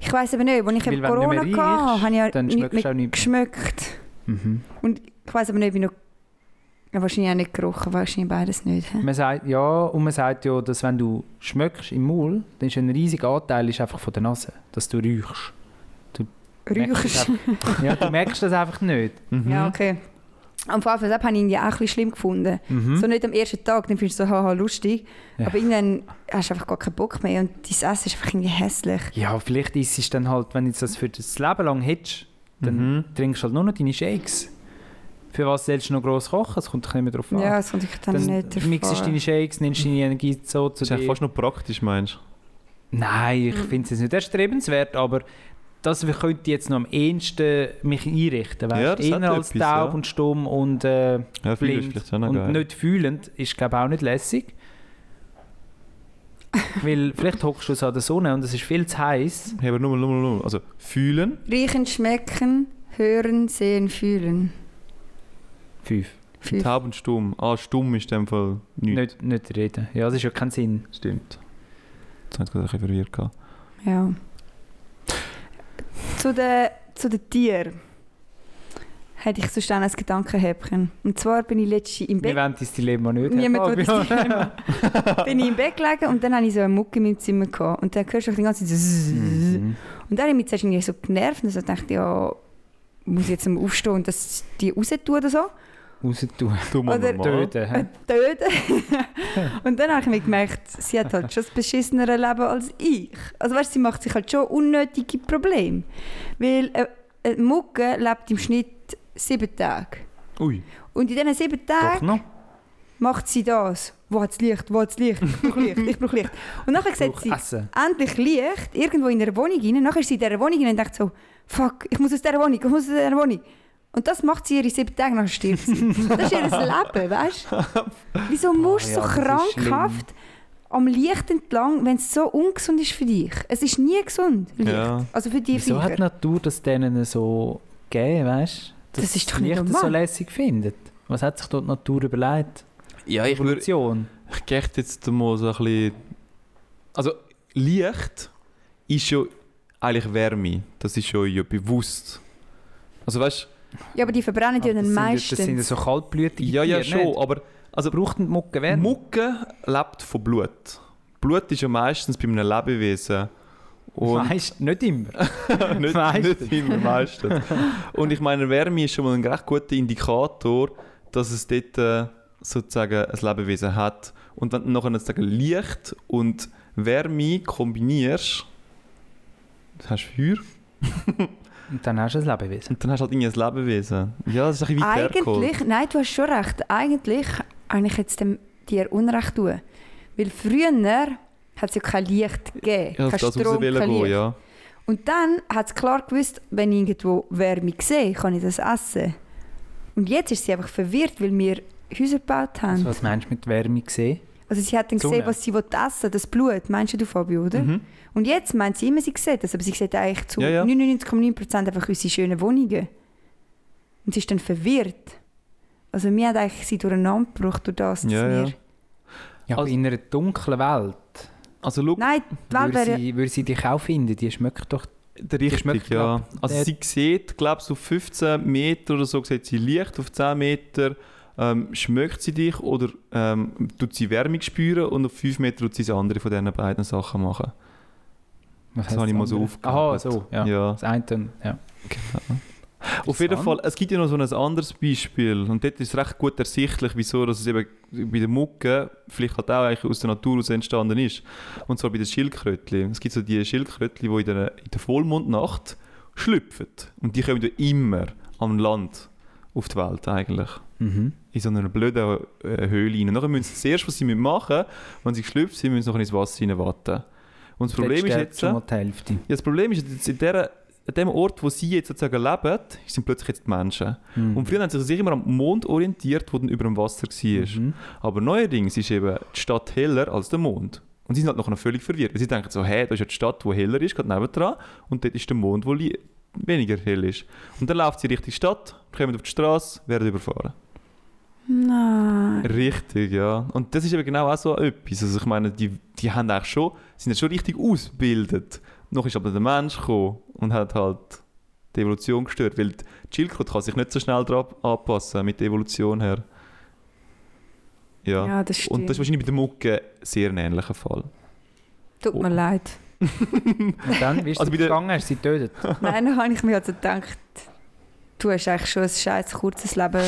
Ich weiß aber nicht, als ich
Weil wenn du
eben
nicht
Corona
mehr
hatte,
riechst,
habe ich ja
dann
nichts
schmeckst du halt
mehr
auch nicht
geschmeckt.
Mhm.
Ich weiß aber nicht, wie noch... Ja, wahrscheinlich auch nicht gerochen, wahrscheinlich beides nicht. hä?
Man sagt, ja, und man sagt ja, dass wenn du schmeckst im Maul, dann ist ein riesiger Anteil ist einfach von der Nase, dass du
*laughs*
riechst.
Riechst.
Einfach, ja, du merkst das einfach nicht.
Mhm.
Ja, okay. Am Anfang deshalb habe ich ihn ja auch ein bisschen schlimm gefunden.
Mhm.
So nicht am ersten Tag, dann findest du so, haha, lustig.
Ja.
Aber irgendwann hast du einfach gar keinen Bock mehr und dein Essen ist einfach irgendwie hässlich.
Ja, vielleicht ist es dann halt, wenn du das für das Leben lang hättest, dann
Mhm.
trinkst du halt nur noch deine Shakes. Für was sollst du noch gross kochen? Das kommt doch nicht mehr drauf an.
Ja, das konnte ich dann,
dann
nicht drauf
mixest du
an.
deine Shakes, nimmst deine Energie so zu
Das ist eigentlich
dir.
fast noch praktisch, meinst du?
Nein, ich
Mhm.
finde es jetzt nicht erstrebenswert, aber das könnte jetzt noch am ehesten mich einrichten. Weißt?
Ja, das
Eher
hat
als
etwas,
taub
ja.
und stumm und äh,
Ja, viel ist
blind
vielleicht auch noch
und
geil.
nicht fühlend ist, glaube ich, auch nicht
*laughs*
lässig. Weil vielleicht hockst du so an der Sonne und es ist viel zu heiß.
Ja, aber nur mal, nur mal, nur mal. Also fühlen.
Riechen, schmecken, hören, sehen, fühlen.
Fünf.
Fünf.
Taub und stumm. Ah, stumm ist in dem Fall nichts.
Nicht, nicht reden. Ja, das ist ja kein Sinn.
Stimmt. Jetzt hat es gerade ein bisschen verwirrt. gehabt.
Ja. Zu den, zu den Tieren hätte ich sonst auch ein Gedankenhäppchen. Und zwar bin ich letztens im
Wir
Bett,
wollen dein Dilemma nicht. Oh, Herr
Niemand will
Fabio.
dein Dilemma. *laughs* bin ich im Bett gelegen und dann hatte ich so eine Mucke in meinem Zimmer. Gehabt. Und dann hörst du die ganze Zeit so zzzz.
Mhm.
Und dann habe ich mich zuerst irgendwie so genervt und so dachte ich, ja, muss ich jetzt mal aufstehen und das, die raus tun oder so.
Raus tun.
Du mal
Oder-
mal.
Töten. hä?
Töten. *laughs* und dann habe ich mir gemerkt, sie hat halt schon das beschissenere Leben als ich. Also weißt, sie macht sich halt schon unnötige Probleme. Weil äh, eine Mucke lebt im Schnitt sieben Tage.
Ui.
Und in diesen sieben
Doch
Tagen
noch.
macht sie das. Wo hat Licht? Wo hat Licht? Ich brauche Licht. Ich brauche Licht. Und nachher sagt
Braucht
sie,
Essen.
endlich Licht irgendwo in der Wohnung rein. Nachher ist sie in dieser Wohnung rein und denkt so, fuck, ich muss aus dieser Wohnung, ich muss aus dieser Wohnung. Und das macht sie ihre sieben Tage, nachher stirbt sie. Das
*laughs*
ist ihr Leben, weißt du? Wieso musst du
Ah, ja,
so
das ist schlimm.
krankhaft am Licht entlang, wenn es so ungesund ist für dich? Es ist nie gesund, Licht.
Ja.
Also für dich
Wieso hat die
sicher.
Natur das denen so gegeben, weißt du?
Das ist doch nicht
Licht so
normal.
lässig findet. Was hat sich dort die Natur überlegt?
Ja, ich würde.
Evolution.
Ich gehe jetzt mal so ein bisschen. Also, Licht ist ja eigentlich Wärme. Das ist ja, ja bewusst. Also, weißt
Ja, aber die verbrennen die
Aber
dann
Ah, das, sind, das sind
meistens.
so kaltblütige
du, ja, ja,
Tiere,
schon,
nicht?
aber. Also,
Braucht die Mucke Wärme?
Mucke lebt von Blut. Blut ist ja meistens bei einem Lebewesen. Und
Meist, nicht immer.
*laughs* nicht,
Meistens.
nicht immer meistens. Und ich meine, Wärme ist schon mal ein recht guter Indikator, dass es dort äh, sozusagen ein Lebewesen hat. Und wenn du nachher sozusagen Licht und Wärme kombinierst, dann hast du Feuer
Und dann hast du ein Lebewesen.
und dann hast du halt irgendwie ein Lebewesen. Ja, das ist ein bisschen weit hergeholt.
Eigentlich, nein, du hast schon recht. Eigentlich habe ich jetzt dem dir Unrecht tun. Weil früher hat es ja kein Licht gegeben.
Ich habe
kein
das
Strom, kein
rauswählen gehen,
Licht.
ja.
Und dann hat es klar gewusst, wenn ich irgendwo Wärme sehe, kann ich das essen. Und jetzt ist sie einfach verwirrt, weil wir Häuser gebaut haben.
Also,
Also,
was meinst du mit Wärme gesehen?
sie hat dann
Sonne.
gesehen, was sie will essen das Blut. Meinst du, Fabio, oder?
Mhm.
Und jetzt meint sie immer, sie sieht das, aber sie sieht eigentlich zu
Ja, ja.
99,9% einfach unsere schönen Wohnungen. Und sie ist dann verwirrt. Also mir hat eigentlich sie durcheinander gebracht durch das, dass
Ja, ja.
wir...
Ja, aber
Also-
in einer dunklen Welt.
Also, schau,
Nein, die
Würde
Welt wäre...
sie, würde sie dich auch finden? Die schmeckt doch.
Der richtig,
schmeckt
ja.
knapp. Äh,
Also
Der-
sie sieht, glaube ich, auf 15 Meter oder so sieht sie Licht, auf 10 Meter ähm, schmeckt sie dich oder ähm, tut sie Wärme spüren und auf 5 Meter tut sie das andere von diesen beiden Sachen machen.
Was
Das
heisst
habe ich mal so
andere?
aufgehört.
Aha, so, ja. Das eine, dann, ja.
Auf jeden
Interessant.
Fall, es gibt ja noch so ein anderes Beispiel und dort ist es recht gut ersichtlich, wieso dass es eben bei der Mucke vielleicht halt auch eigentlich aus der Natur aus entstanden ist. Und zwar bei den Schildkrötchen. Es gibt so die Schildkrötchen, die in der, in der Vollmondnacht schlüpfen. Und die kommen ja immer am Land auf die Welt eigentlich.
Mhm.
In so einer blöden äh, Höhle rein. Nachher müssen sie das erste, was sie machen müssen, wenn sie geschlüpft sind, müssen sie noch ins Wasser reinwarten. Und das Problem
Dort
ist
stirbt
jetzt...
schon mal die Hälfte.
Ja, das Problem ist, jetzt in der, an dem Ort, wo sie jetzt sozusagen leben, sind plötzlich jetzt die Menschen.
Mhm.
Und früher haben sie sich immer am Mond orientiert, wo dann über dem Wasser war.
Mhm.
Aber neuerdings ist eben die Stadt heller als der Mond. Und sie sind halt noch völlig verwirrt. weil Sie denken so, hey, da ist ja die Stadt, die heller ist, gerade nebendran. Und dort ist der Mond, der li- weniger hell ist. Und dann läuft sie Richtung Stadt, kommen auf die Straße, werden überfahren.
Nein.
Richtig, ja. Und das ist eben genau auch so etwas. Also ich meine, die, die haben eigentlich schon, sind ja schon richtig ausgebildet. Noch ist aber der Mensch gekommen und hat halt die Evolution gestört, weil die Schildkröte kann sich nicht so schnell daran anpassen mit der Evolution her. Ja.
Ja, das
und
stimmt.
das ist wahrscheinlich bei der Mucke sehr ein ähnlicher Fall.
Tut
Oh.
mir leid.
Und dann, wie ist also
Also bei der-
gegangen? Hast du sie getötet?
Nein, *laughs* dann habe ich mir also gedacht, du hast eigentlich schon ein scheiß kurzes Leben. *laughs*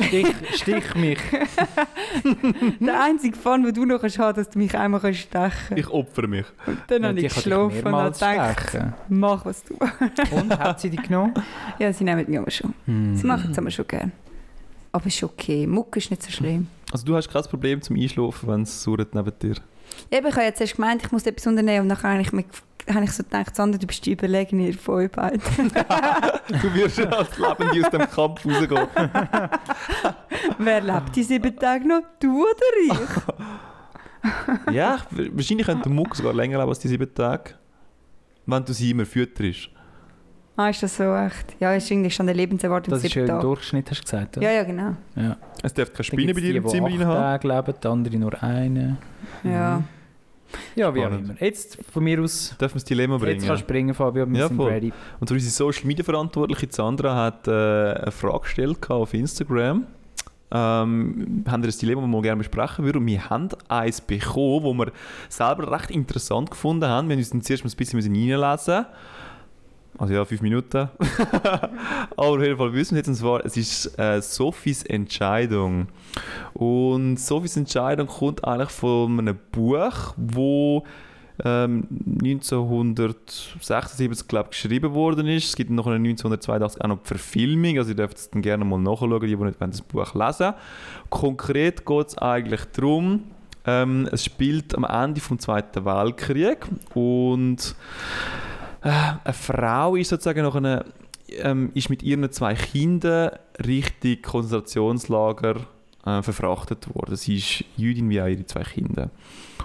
Stich, stich mich.
Der einzige Fun, den du noch hast, ist, dass du mich einmal kannst stechen
Ich opfere mich.
kannst. *laughs* Dann habe
Die
ich
kann dich
geschlafen und habe
mehrmals
gedacht,
stechen.
mach was du willst.
Und, hat sie dich genommen?
Ja, sie nehmen mich aber schon.
Hm.
Sie machen es aber schon gerne. Aber ist okay. Mucke ist nicht so schlimm.
Also du hast kein Problem zum Einschlafen, wenn es surrt neben
*laughs*
dir.
Eben, ich habe jetzt erst gemeint, ich muss etwas unternehmen und nachher habe ich, mir, habe ich so gedacht, Sander, du bist die Überlegene von euch *laughs* beiden.
Du wirst als Lebende aus dem Kampf rausgehen.
Wer lebt die sieben Tage noch? Du oder ich?
Ja, ich- wahrscheinlich könnte der Muck sogar länger leben als die sieben Tage. Wenn du sie immer fütterst.
Ah, ist das so echt? Ja, ist irgendwie schon eine Lebenserwartung
Das ist
sieben
ein
Tage.
Durchschnitt, hast du gesagt. oder?
Ja, ja, genau.
Es darf keine
Dann
Spinne bei
gibt's
dir im
die,
Zimmer
die
rein haben.
acht Tage leben, die andere nur eine.
Ja.
Ja, wie auch
Spannend.
immer. Jetzt von mir aus.
Darf man das Dilemma bringen?
Jetzt kannst du springen, Fabio, wir
Ja,
sind
voll.
ready.
Und unsere Social Media Verantwortliche Sandra hat äh, eine Frage gestellt gehabt auf Instagram. Ähm, haben wir das Dilemma, das wir mal gerne besprechen würden? Und wir haben eins bekommen, wo wir selber recht interessant gefunden haben. Wir mussten uns zuerst mal ein bisschen müssen reinlesen. Also ja, fünf Minuten. *laughs* Aber auf jeden Fall wissen wir jetzt, und zwar, es ist äh, Sophies Entscheidung. Und Sophies Entscheidung kommt eigentlich von einem Buch, wo ähm, 1976 glaube ich, geschrieben worden ist. Es gibt noch eine 1982 auch noch die Verfilmung, also ihr dürft es dann gerne mal nachschauen, die, die nicht wollen, das Buch lesen Konkret geht es eigentlich darum, ähm, es spielt am Ende vom Zweiten Weltkrieg und äh, eine Frau ist sozusagen noch eine, ähm, ist mit ihren zwei Kindern richtig Konzentrationslager äh, verfrachtet worden. Sie ist Jüdin wie auch ihre zwei Kinder.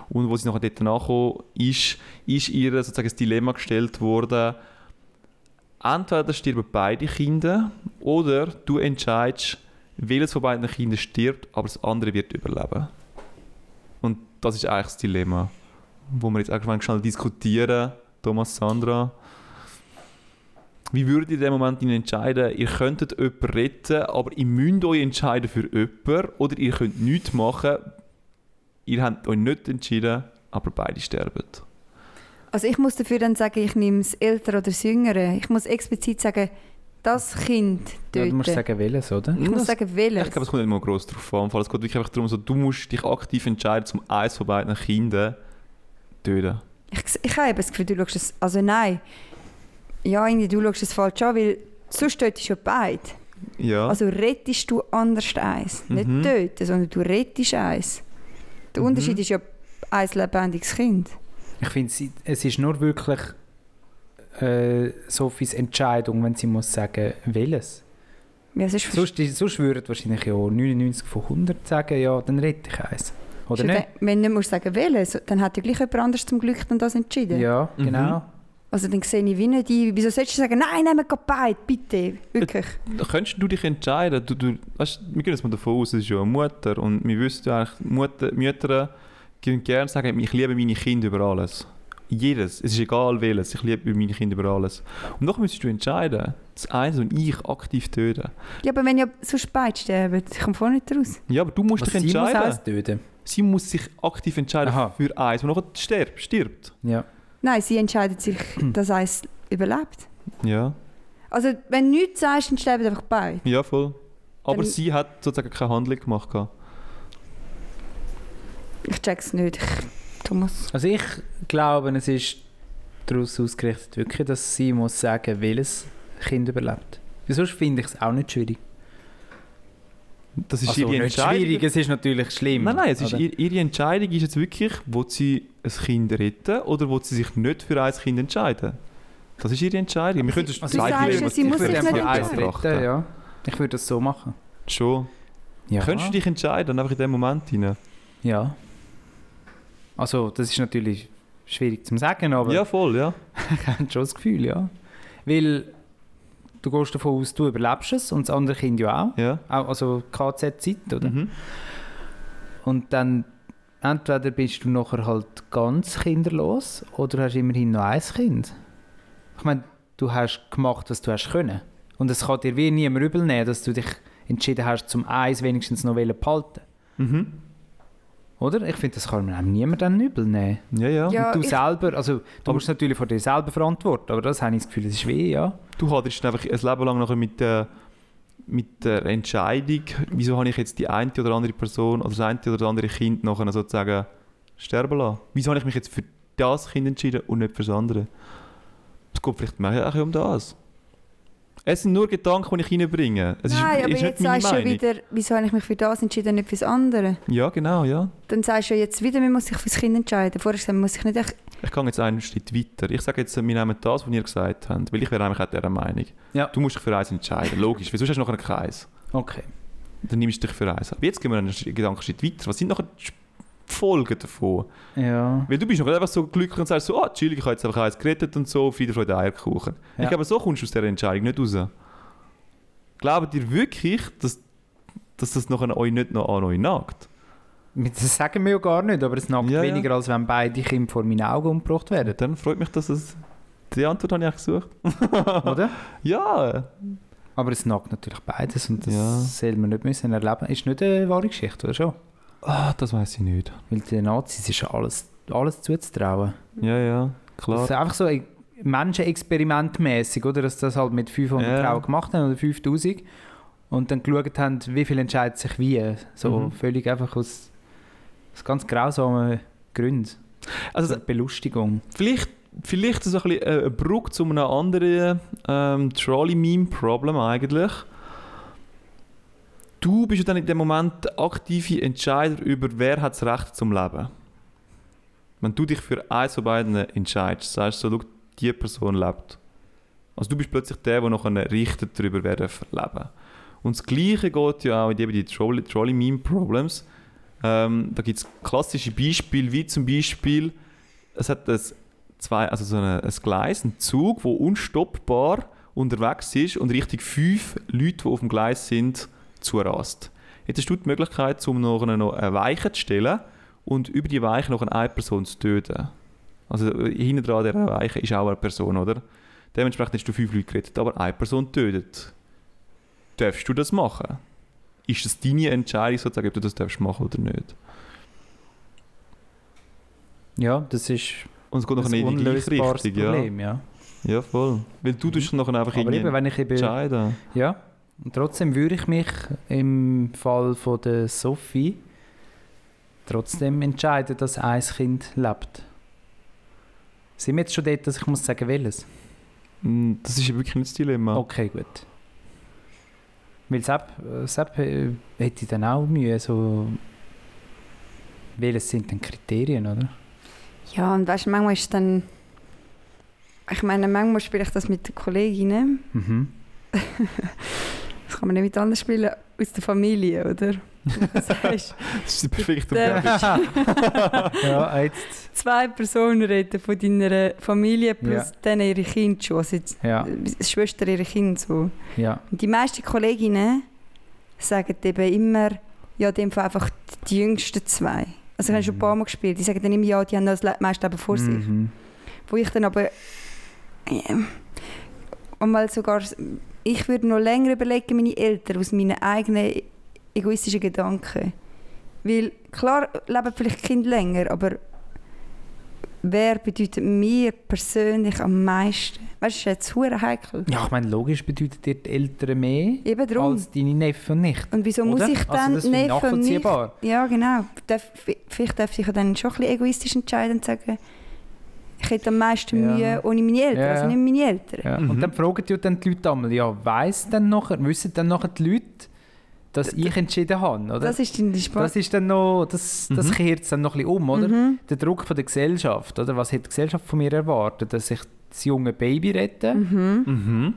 Und wo sie nachher dort nachgekommen ist, ist ihr sozusagen das Dilemma gestellt worden, entweder sterben beide Kinder oder du entscheidest, welches von beiden Kindern stirbt, aber das andere wird überleben. Und das ist eigentlich das Dilemma, wo wir jetzt angefangen schnell diskutieren, Thomas, Sandra. Wie würdet ihr in dem Moment denn entscheiden, ihr könntet jemanden retten, aber ihr müsst euch entscheiden für jemanden oder ihr könnt nichts machen, ihr habt euch nicht entschieden, aber beide sterben.
Also ich muss dafür dann sagen, ich nehme das Ältere oder das Jüngere. Ich muss explizit sagen, das Kind
Ja,
töten.
du musst sagen, welches, oder?
ich muss
Das-
sagen, welches.
Ich glaube, es kommt nicht mal gross drauf an. Im Fall, Es geht wirklich einfach darum, so, du musst dich aktiv entscheiden, zum eins von beiden Kindern zu töten.
Ich, ich habe eben das Gefühl, du schaust es. Also nein. Ja, irgendwie, du schaust es falsch an, weil sonst tötest du ja beide.
Ja.
Also rettest du anders eins.
Mhm.
Nicht töten, sondern du rettest eins. Der
Mhm.
Unterschied ist ja ein lebendiges Kind.
Ich finde, sie- es ist nur wirklich äh, Sophies Entscheidung, wenn sie muss sagen, welches.
Ja, sonst
Sonst, sonst würden wahrscheinlich ja 99 von 100 sagen, ja, dann rette ich eins. Oder
Schon
nicht?
de- Wenn du nicht musst sagen welches, dann hat ja gleich jemand anderes zum Glück dann das entschieden.
Ja,
Mhm.
genau.
Also dann sehe ich wie nicht ein. Wieso sollst du sagen, nein, nehmen wir beide, bitte. Wirklich.
Da könntest du dich entscheiden. Du, du, weißt, wir gehen jetzt mal davon aus, es ist ja eine Mutter. Und wir wissen ja eigentlich, Mutter, Mütter können gerne sagen, ich liebe meine Kinder über alles. Jedes. Es ist egal welches. Ich liebe meine Kinder über alles. Und noch müsstest du entscheiden, das eins und ich aktiv töten.
Ja, aber wenn ja sonst beide sterben, ich komme vorne nicht raus.
Ja, aber du musst
Was
dich
sie muss
entscheiden.
eins töten.
sie muss sich aktiv entscheiden
Aha.
für eins, wo nachher stirbt. stirbt.
Ja.
Nein, sie entscheidet
*clears throat*
sich, dass eins überlebt.
Ja,
Also wenn du nichts sagst, dann sterben einfach beide.
ja voll. Aber
Dann-
sie hat sozusagen keine Handlung gemacht. gehabt.
Ich check's nicht. Ich, Thomas.
Also ich glaube, es ist daraus ausgerichtet, wirklich, dass sie muss sagen, welches Kind überlebt. Weil Sonst finde ich es auch nicht schwierig.
Das ist
also
ihre
nicht
Entscheidung.
schwierig, es ist natürlich schlimm.
Nein, nein, es ist
oder?
ihre, ihre Entscheidung ist jetzt wirklich, will sie ein Kind retten oder will sie sich nicht für ein Kind entscheiden? Das ist ihre Entscheidung. Wir können das
Also
Du
zweite
sagst,
Dilemma-
sie muss
ich würde
sich
einfach
nicht
eins
entscheiden.
retten, ja. Ich würde das so machen.
Schon.
Ja.
Könntest du dich entscheiden, einfach in dem Moment rein?
Ja. Also, das ist natürlich schwierig zu sagen, aber
ja, voll, ja.
ich habe *laughs* schon das Gefühl, ja. Weil du gehst davon aus, du überlebst es und das andere Kind ja auch.
ja.
auch also KZ-Zeit, oder?
Mhm.
Und dann entweder bist du nachher halt ganz kinderlos oder hast immerhin noch ein Kind. Ich meine, du hast gemacht, was du hast können. Und es kann dir wie niemand übel nehmen, dass du dich entschieden hast, zum eins wenigstens noch wollen behalten.
Mhm.
Oder? Ich finde, das kann mir einem niemand dann übel nehmen.
Ja, ja,
Ja,
und du
ich-
selber, also du musst natürlich vor dir selber verantworten, aber das habe ich das Gefühl, das ist weh, ja.
Du hattest einfach ein Leben lang nachher mit, der- mit der Entscheidung, wieso habe ich jetzt die eine oder andere Person oder das eine oder andere Kind nachher sozusagen sterben lassen. Wieso habe ich mich jetzt für das Kind entschieden und nicht für das andere? Es geht vielleicht mehr auch ein bisschen um das. Es sind nur Gedanken, die ich reinbringe. Es ist,
Nein, aber
ist
jetzt
nicht meine
sagst du ja
Meinung.
wieder, wieso habe ich mich für das entschieden, nicht fürs andere?
Ja, genau, ja.
Dann sagst du ja jetzt wieder, man muss sich fürs Kind entscheiden. Vorher gesagt, man muss sich nicht echt...
Ich gehe jetzt einen Schritt weiter. Ich sage jetzt, wir nehmen das, was ihr gesagt habt, weil ich wäre eigentlich auch dieser Meinung.
Ja.
Du musst dich für eins entscheiden, logisch. Wieso hast du nachher keins?
Okay.
dann nimmst du dich für eins. Aber jetzt gehen wir einen Schritt- Gedankenschritt weiter. Was sind nachher die Sch- Folgen davon?
Ja.
Weil du bist noch einfach so glücklich und sagst so, ah, chillig, ich habe jetzt einfach eins gerettet und so, Friede, Freude, Eierkuchen.
Ja.
Ich glaube, so kommst du aus dieser Entscheidung nicht raus. Glaubt ihr wirklich, dass, dass das nachher euch nicht noch an euch nagt?
Das sagen wir ja gar nicht, aber es nagt
Ja, ja.
weniger, als wenn beide Kinder vor meinen Augen umgebracht
*laughs*
werden,
Dann freut mich, dass das... Die Antwort habe ich eigentlich gesucht.
oder?
Ja,
Aber es nagt natürlich beides und das
Ja.
soll man nicht müssen erleben. Ist nicht eine wahre Geschichte, oder schon?
ah, das weiß ich nicht.
Weil den Nazis ist alles, alles zuzutrauen.
Ja, ja,
Das
klar.
ist einfach so ein menschenexperimentmäßig, oder? Dass das halt mit 500
Ja.
Frauen gemacht haben oder 5000 und dann geschaut haben, wie viel entscheidet sich wie. So
Mhm.
völlig einfach aus, aus ganz grausamen Gründen.
Also,
Also Belustigung.
Vielleicht, vielleicht so ein bisschen äh, eine Brücke zu einem anderen ähm, Trolley-Meme-Problem eigentlich. Du bist ja dann in dem Moment der aktive Entscheider über, wer hat das Recht zum Leben. Wenn du dich für eins von beiden entscheidest, sagst du so, schau, diese Person lebt. Also du bist plötzlich der, der nachher richtet darüber, wer darf leben Und das Gleiche geht ja auch in eben die Trolley- Trolley-Meme-Problems. Ähm, da gibt es klassische Beispiele, wie zum Beispiel es hat ein, zwei, also so eine, ein Gleis, einen Zug, wo unstoppbar unterwegs ist und richtig fünf Leute, die auf dem Gleis sind, zurast. Jetzt hast du die Möglichkeit, um noch eine, noch eine Weiche zu stellen und über die Weiche noch eine Person zu töten. Also äh, hinten dran dieser Weiche ist auch eine Person, oder? Dementsprechend hast du fünf Leute gerettet, aber eine Person tötet. Darfst du das machen? Ist das deine Entscheidung, sozusagen, ob du das darfst machen oder nicht?
Ja, das ist
Und es geht noch
ein
in die gleiche
unlösbares
Richtung, ja.
Problem, ja.
Ja, voll. Weil du tust nachher einfach
Aber eben,
irgendwie
wenn ich eben...
entscheiden.
Ja, und trotzdem würde ich mich im Fall von der Sophie trotzdem entscheiden, dass ein Kind lebt. Sind wir jetzt schon dort, dass ich muss sagen, welches?
Mm, Das ist ja wirklich nicht das Dilemma.
*laughs* Okay, gut. Weil Sepp, äh, Sepp äh, hätte ich dann auch Mühe, so... Welches sind denn Kriterien, oder?
Ja, und weißt du, manchmal ist es dann... Ich meine, manchmal spiele ich das mit den ne? Kolleginnen.
Mhm.
Das kann man nicht mit anderen spielen. Aus der Familie, oder? Das heißt,
Das ist die perfekte
Der-
Umgebung.
ja, jetzt...
zwei Personen reden von deiner Familie plus dann ihre Kinder schon. Also jetzt,
Ja,
äh, Schwester, ihre Kinder so.
ja.
Und die meisten Kolleginnen sagen eben immer, ja, in dem Fall einfach die jüngsten zwei. Also ich habe schon ein paar Mal gespielt, die sagen dann immer, ja, die haben noch das Le- meiste Leben vor sich.
Mhm.
Wo ich dann aber... Ähm, einmal sogar... Ich würde noch länger überlegen, meine Eltern, aus meinen eigenen egoistischen Gedanken. Weil, klar leben vielleicht die Kinder länger, aber wer bedeutet mir persönlich am meisten? Weißt du, das ist jetzt hure heikel.
Ja, ich meine, logisch bedeutet dir die Eltern mehr
Eben drum.
als deine Neffen und Nichten.
und wieso muss
oder?
ich
also
dann
das finde ich
Neffe und Nichte-
nachvollziehbar.
Ja, genau. Darf, vielleicht darf ich ja dann schon ein bisschen egoistisch entscheiden und sagen, ich hätte am meisten
Ja.
Mühe ohne meine Eltern,
Ja.
also nicht meine Eltern.
Ja.
Mhm.
Und dann fragen die, dann die Leute einmal, ja, weiss dann nachher, wissen dann nachher die Leute, dass ich entschieden habe, oder?
Das ist dann die Spannung.
Das ist dann noch, das, das
Mhm.
kehrt es dann noch ein bisschen um, oder?
Mhm.
Der Druck von der Gesellschaft, oder? Was hat die Gesellschaft von mir erwartet? Dass ich das junge Baby rette,
Mhm.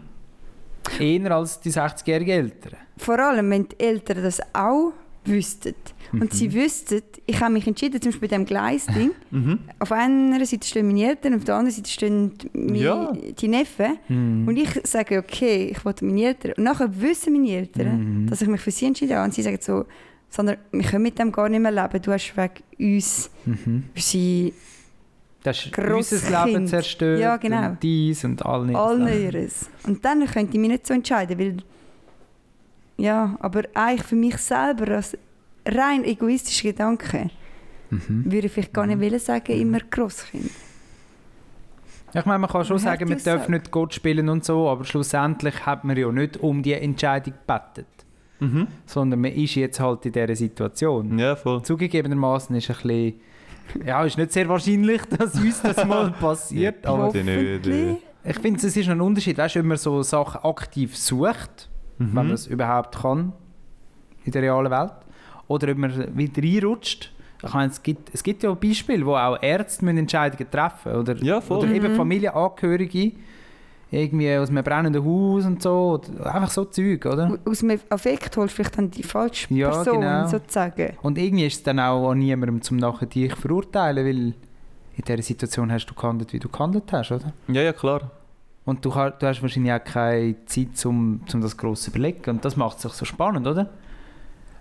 eher als die 60-jährigen Eltern.
Vor allem, wenn die Eltern das auch wüssten. Und sie wüssten, ich habe mich entschieden, zum Beispiel bei diesem Gleisding,
Mhm.
auf einer Seite stehen meine Eltern, auf der anderen Seite stehen meine,
Ja.
die Neffen.
Mhm.
Und ich sage, okay, ich will meine Eltern. Und nachher wissen meine Eltern,
Mhm.
dass ich mich für sie entschieden habe. Und sie sagen so, sondern wir können mit dem gar nicht mehr leben. Du hast wegen uns
Mhm.
unsere
Das ist
Grosses
unser Leben
Kind.
zerstört
Ja, genau.
und dies und all nicht.
alle ihres. Und dann könnte ich mich nicht so entscheiden, weil... Ja, aber eigentlich für mich selber als rein egoistischer Gedanke
Mhm.
würde ich vielleicht gar nicht wollen sagen, immer Grosskind.
Ja, Ich meine, man kann schon
Man hat
sagen,
die
man darf
Aussage.
nicht Gott spielen und so, aber schlussendlich hat man ja nicht um die Entscheidung gebettet,
Mhm.
sondern man ist jetzt halt in dieser Situation.
Ja, voll.
Zugegebenermaßen ist ein bisschen, ja, ist nicht sehr wahrscheinlich, *laughs* dass uns das mal passiert, aber
die nicht,
Hoffentlich.
Ich finde, es ist noch ein Unterschied, weißt, du, wenn man so Sachen aktiv sucht,
Mhm.
wenn man es überhaupt kann in der realen Welt, oder ob man wieder reinrutscht. Ich meine, es gibt, es gibt ja Beispiele, wo auch Ärzte müssen Entscheidungen treffen oder,
Ja, voll.
oder eben Familienangehörige irgendwie aus einem brennenden Haus und so. Oder einfach so Zeug, oder?
Aus dem Affekt holst du vielleicht dann die falsche
Ja,
Person
genau.
sozusagen.
Und irgendwie ist es dann auch an niemandem, zum nachher dich verurteilen, weil in dieser Situation hast du gehandelt, wie du gehandelt hast, oder?
Ja, ja, klar.
Und du, kann- du hast wahrscheinlich auch keine Zeit, um zum das gross zu überlegen. Und das macht es sich so spannend, oder?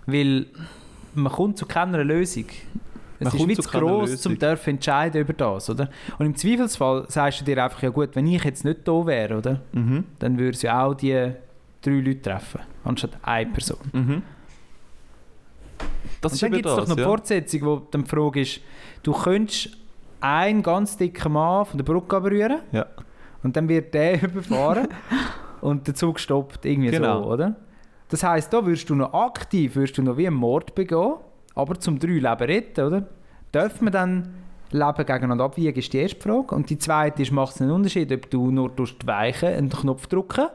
Weil man kommt zu keiner Lösung. Es
Man
ist
kommt
wie
zu
zu
keiner
gross,
Lösung.
zum dürfen entscheiden über das, oder? Und im Zweifelsfall sagst du dir einfach, ja gut, wenn ich jetzt nicht da wäre, oder?
Mhm.
Dann würde es ja auch die drei Leute treffen, anstatt eine Person.
Mhm. Das
Und
ist
dann
eben
gibt es
das,
doch noch
ja.
Fortsetzung, wo dann die Frage ist, du könntest einen ganz dicken Mann von der Brücke berühren
Ja.
und dann wird der *laughs* überfahren und der Zug stoppt irgendwie
Genau.
so, oder? Das heisst, da wirst du noch aktiv, wirst du noch wie einen Mord begehen, aber zum drei Leben retten, oder? Dürfen wir dann Leben gegeneinander abwiegen, ist die erste Frage. Und die zweite ist, macht es einen Unterschied, ob du nur durch die Weichen einen Knopf drücken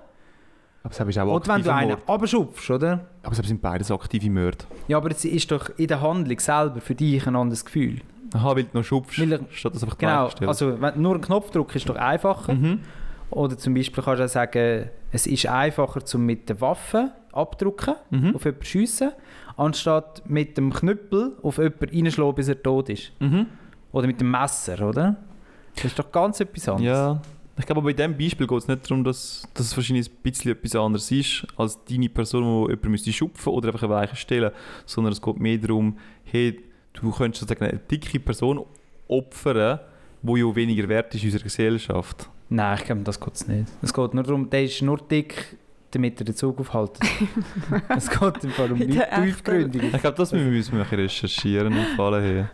Aber es ist auch
oder wenn du einen abschupfst, oder?
Aber es sind beides aktive Mörder.
Ja, aber es ist doch in der Handlung selber für dich ein anderes Gefühl.
Aha, weil du noch schubst.
Weil ich-
statt dass einfach die
Genau,
Weiche stellst.
also wenn, nur ein Knopfdruck ist doch einfacher.
Mhm.
Oder zum Beispiel kannst du auch sagen, es ist einfacher, zum mit der Waffe abdrucken,
Mhm.
auf jemanden schiessen, anstatt mit dem Knüppel auf jemanden reinschlagen, bis er tot ist.
Mhm.
Oder mit dem Messer, oder? Das ist doch ganz etwas anderes.
Ja. Ich glaube, aber bei diesem Beispiel geht es nicht darum, dass, dass es wahrscheinlich ein bisschen etwas anderes ist, als deine Person, die jemand müsste schupfen oder einfach eine Weiche stellen, sondern es geht mehr darum, hey, du könntest sozusagen eine dicke Person opfern, die ja weniger wert ist in unserer Gesellschaft.
Nein, ich glaube, das geht es nicht. Es geht nur darum, der ist nur dick, damit er den Zug *laughs* aufhält. es geht im Fall um
Wie der
nichts
echte-
tiefgründiges.
Ich glaube, das müssen wir recherchieren und fallen hier.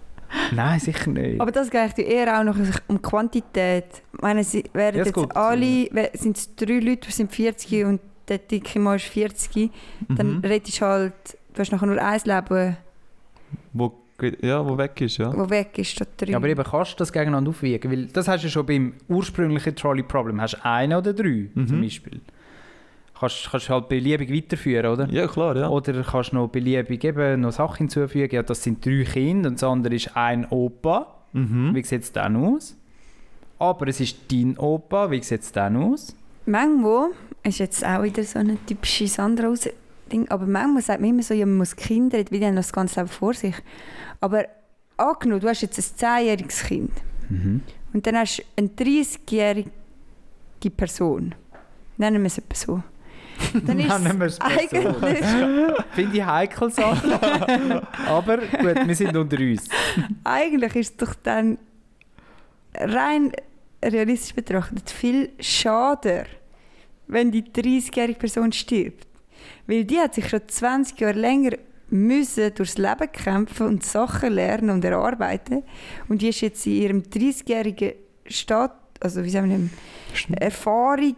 Nein, sicher nicht.
Aber das geht ja eher auch noch um Quantität. Ich meine, sie wären
Ja, es
jetzt
geht.
alle, sind es drei Leute, die sind 40 und der dicke Mann ist 40, dann
Mhm.
Mhm.
redest du halt, du hast nachher nur ein Leben,
Wo, geht- ja, wo weg ist, ja.
das weg ist, statt drei.
Ja, aber eben kannst du das gegeneinander aufwiegen, weil das hast du ja schon beim ursprünglichen Trolley Problem, hast du einen oder drei
Mhm.
zum Beispiel. Kannst, kannst halt beliebig weiterführen, oder?
Ja, klar, ja.
Oder kannst noch beliebig eben noch Sachen hinzufügen, ja das sind drei Kinder und das andere ist ein Opa,
Mhm.
wie sieht es dann aus? Aber es ist dein Opa, wie sieht es dann aus?
Manchmal ist jetzt auch wieder so ein typisches anderes Ding, aber manchmal sagt man immer so, ja, man muss Kinder, haben, weil die haben noch das ganze Leben vor sich. Aber angenommen, du hast jetzt ein zehnjähriges Kind und dann hast du eine 30-jährige Person. Nennen wir es etwa so.
*laughs*
Dann ist
Nennen wir
es
es Person.
eigentlich,
Finde ich heikel Sachen, aber gut, wir sind unter uns.
eigentlich ist es doch dann rein realistisch betrachtet viel schade, wenn die 30-jährige Person stirbt. Weil die hat sich schon 20 Jahre länger müssen durchs Leben kämpfen und Sachen lernen und erarbeiten. Und die ist jetzt in ihrem 30-jährigen Staat, also wie sagen wir, denn, Erfahrung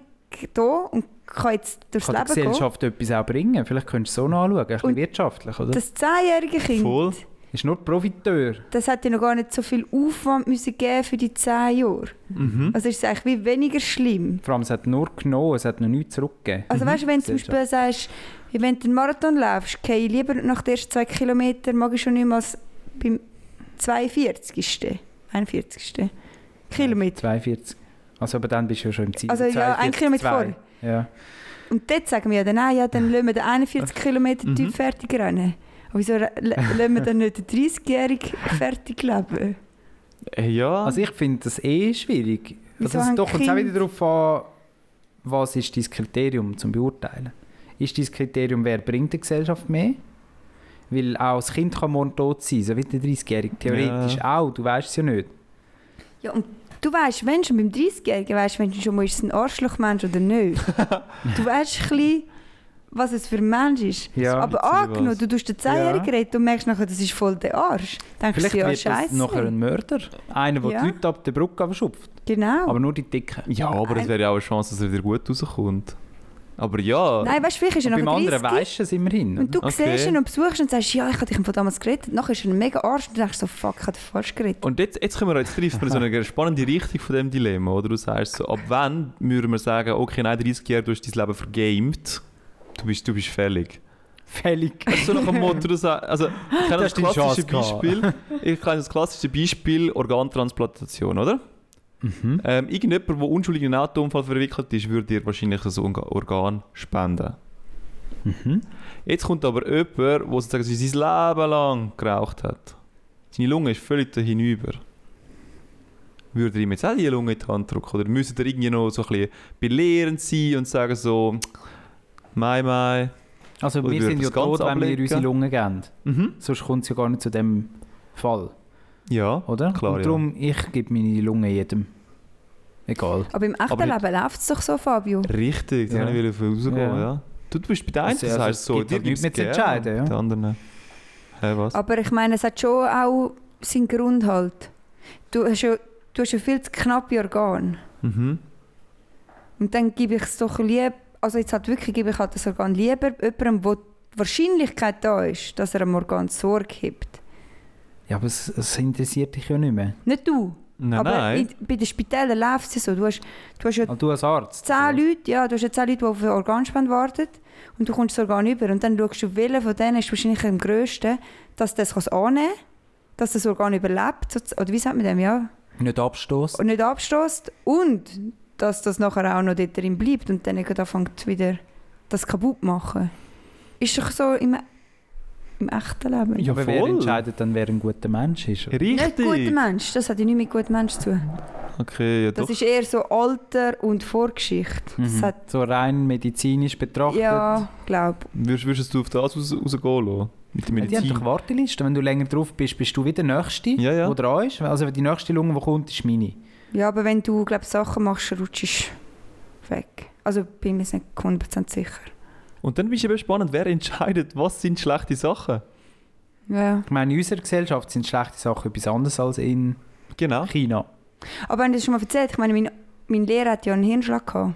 da und kann jetzt durchs
Kann die
Leben gehen.
Gesellschaft etwas auch bringen? Vielleicht könntest du es so anschauen, ein bisschen
Und
wirtschaftlich, oder?
Das 10-jährige Kind,
Voll.
ist nur Profiteur.
das hätte noch gar nicht so viel Aufwand müssen geben für die 10 Jahre.
Mhm.
Also ist es eigentlich wie weniger schlimm.
Vor allem, es hat nur genommen, es hat noch nichts zurückgegeben. Mhm.
Also weißt du, wenn du zum
Sehr
Beispiel sagst, wenn du einen Marathon läufst, gehe ich lieber nach den ersten zwei Kilometern, mag ich schon nicht mal als beim 42. 41. Kilometer.
42. Also, aber dann bist du ja schon im Ziel.
Also, ja, ein
42,
Kilometer
zwei.
vor.
Ja.
Und dort sagen wir ja dann, ah, ja, dann lassen wir den 41 Kilometer
Mhm.
Typ fertig rennen. Aber wieso re- la- *laughs* lassen wir dann nicht den 30-Jährigen fertig leben?
Äh, ja.
Also ich finde das eh schwierig.
Ah. Wieso
Also es
haben
doch kommt auch
Kinder-
wieder darauf an, was ist dein Kriterium zum Beurteilen. Ist dein Kriterium, wer bringt der Gesellschaft mehr? Weil auch das Kind kann morgen tot sein, so wie der 30-Jährige. Theoretisch auch, du weißt es ja nicht.
Ja, und du weißt, wenn schon beim 30-Jährigen weißt, wenn schon mal ist es ein Arschlochmensch
*laughs*
oder nicht. du weißt ein bisschen, was es für ein Mensch ist.
Ja.
Aber
Ein bisschen
angenommen,
was.
du tust den 10-Jährigen reden und merkst nachher, das ist voll der Arsch. Denkst
Vielleicht
du, ja,
wird das
scheiße.
nachher ein Mörder. Einer, der
Ja.
die Leute ab der Brücke abschupft.
Genau.
Aber nur die Dicken.
ja, aber es wäre ja auch eine Chance, dass er wieder gut rauskommt. Aber ja.
Nein, weißt du, vielleicht ist er
Und beim
nachher 30
anderen weisst du ne? es immerhin.
und du
Okay.
siehst ihn und besuchst ihn und sagst, ja, ich habe dich von damals geredet. Nachher ist er ein mega Arsch und du denkst so, fuck, ich habe falsch geredet.
Und jetzt, jetzt kommen wir jetzt trifft man so eine spannende Richtung von dem Dilemma, oder? Du sagst so, ab wann würden wir sagen, okay, nein, 30 Jahre, du hast dein Leben vergamed, du bist, du bist fällig.
Fällig.
Also so nach dem Motto, du sagst, also ich kenne
Du
das
hast deine
klassische
Chance
Beispiel, ich kenne das klassische Beispiel Organtransplantation, oder?
Mhm.
Ähm, irgendjemand, der unschuldig in einen Autounfall verwickelt ist, würde dir wahrscheinlich ein Orga- Organ spenden.
Mhm.
Jetzt kommt aber jemand, der sozusagen sein Leben lang geraucht hat. Seine Lunge ist völlig hinüber. Würde er ihm jetzt auch die Lunge in die Hand drücken? Oder müsste er irgendwie noch so ein bisschen belehrend sein und sagen so, «Mai, mai».
Also
Oder
wir
würde
sind ja
das Ganze
tot, wenn wir
ablegen?
unsere Lunge geben.
Mhm.
Sonst kommt es ja gar nicht zu dem Fall.
Ja.
Oder?
Klar,
und
ja.
darum, ich gebe meine Lunge jedem. Egal.
Aber im echten
Aber-
Leben läuft es doch so, Fabio.
Richtig, das
Ja.
ja. wollte ich rausgehen,
Ja.
ja. Du, du bist bei den einen,
Also,
das
also,
heißt
es
so,
gibt
dir
halt nichts
gibt's
mehr zu
gerne,
entscheiden, ja.
und Die anderen... Hä, was?
Aber ich meine, es hat schon auch seinen Grund halt. Du hast ja, du hast ja viel zu knappe Organe.
Mhm.
Und dann gebe ich es doch lieber, also jetzt halt wirklich gebe ich halt das Organ lieber jemandem, wo die Wahrscheinlichkeit da ist, dass er einem Organ Sorge gibt.
Ja, aber es, es interessiert dich ja nicht mehr.
Nicht du,
Nein,
aber
nein.
In, bei den Spitälern läuft es ja so. Du hast, du hast ja
Also du als Arzt.
zehn Leute, ja, du hast ja zehn Leute, die auf eine Organspende warten und du kommst das Organ über und dann schaust du, welcher von denen ist wahrscheinlich am grössten, dass das kann's annehmen kann, dass das Organ überlebt, sozusagen. oder wie sagt man dem, ja?
Nicht abstoßen.
und nicht abstoßt und dass das nachher auch noch dort drin bleibt und dann nicht anfängt wieder das kaputt zu machen. Ist doch so im, im echten Leben.
Ja,
aber wer
voll.
entscheidet dann, wer ein guter Mensch ist? oder?
Nicht guter
Richtig.
Mensch, das hat ja nicht mit gutem Mensch zu tun.
Okay, ja
Das
doch.
ist eher so Alter und Vorgeschichte. Das
Mhm.
hat,
So rein medizinisch betrachtet.
ja, glaube
Würdest, würdest du auf das raus, rausgehen lassen? Mit der
Ja, Die haben
Medizin?
doch Wartelisten. Wenn du länger drauf bist, bist du wieder der Nächste,
Ja, ja.
der dran ist. Also die nächste Lunge, die kommt, ist meine.
Ja, aber wenn du glaub, Sachen machst, rutschst du weg. Also bin mir jetzt nicht 100% sicher.
Und dann bist du eben spannend, wer entscheidet, was sind schlechte Sachen?
Ja.
Ich meine, in unserer Gesellschaft sind schlechte Sachen etwas anderes als in
Genau.
China.
Aber wenn du das schon mal erzählt, ich meine, mein, mein Lehrer hat ja einen Hirnschlag gehabt.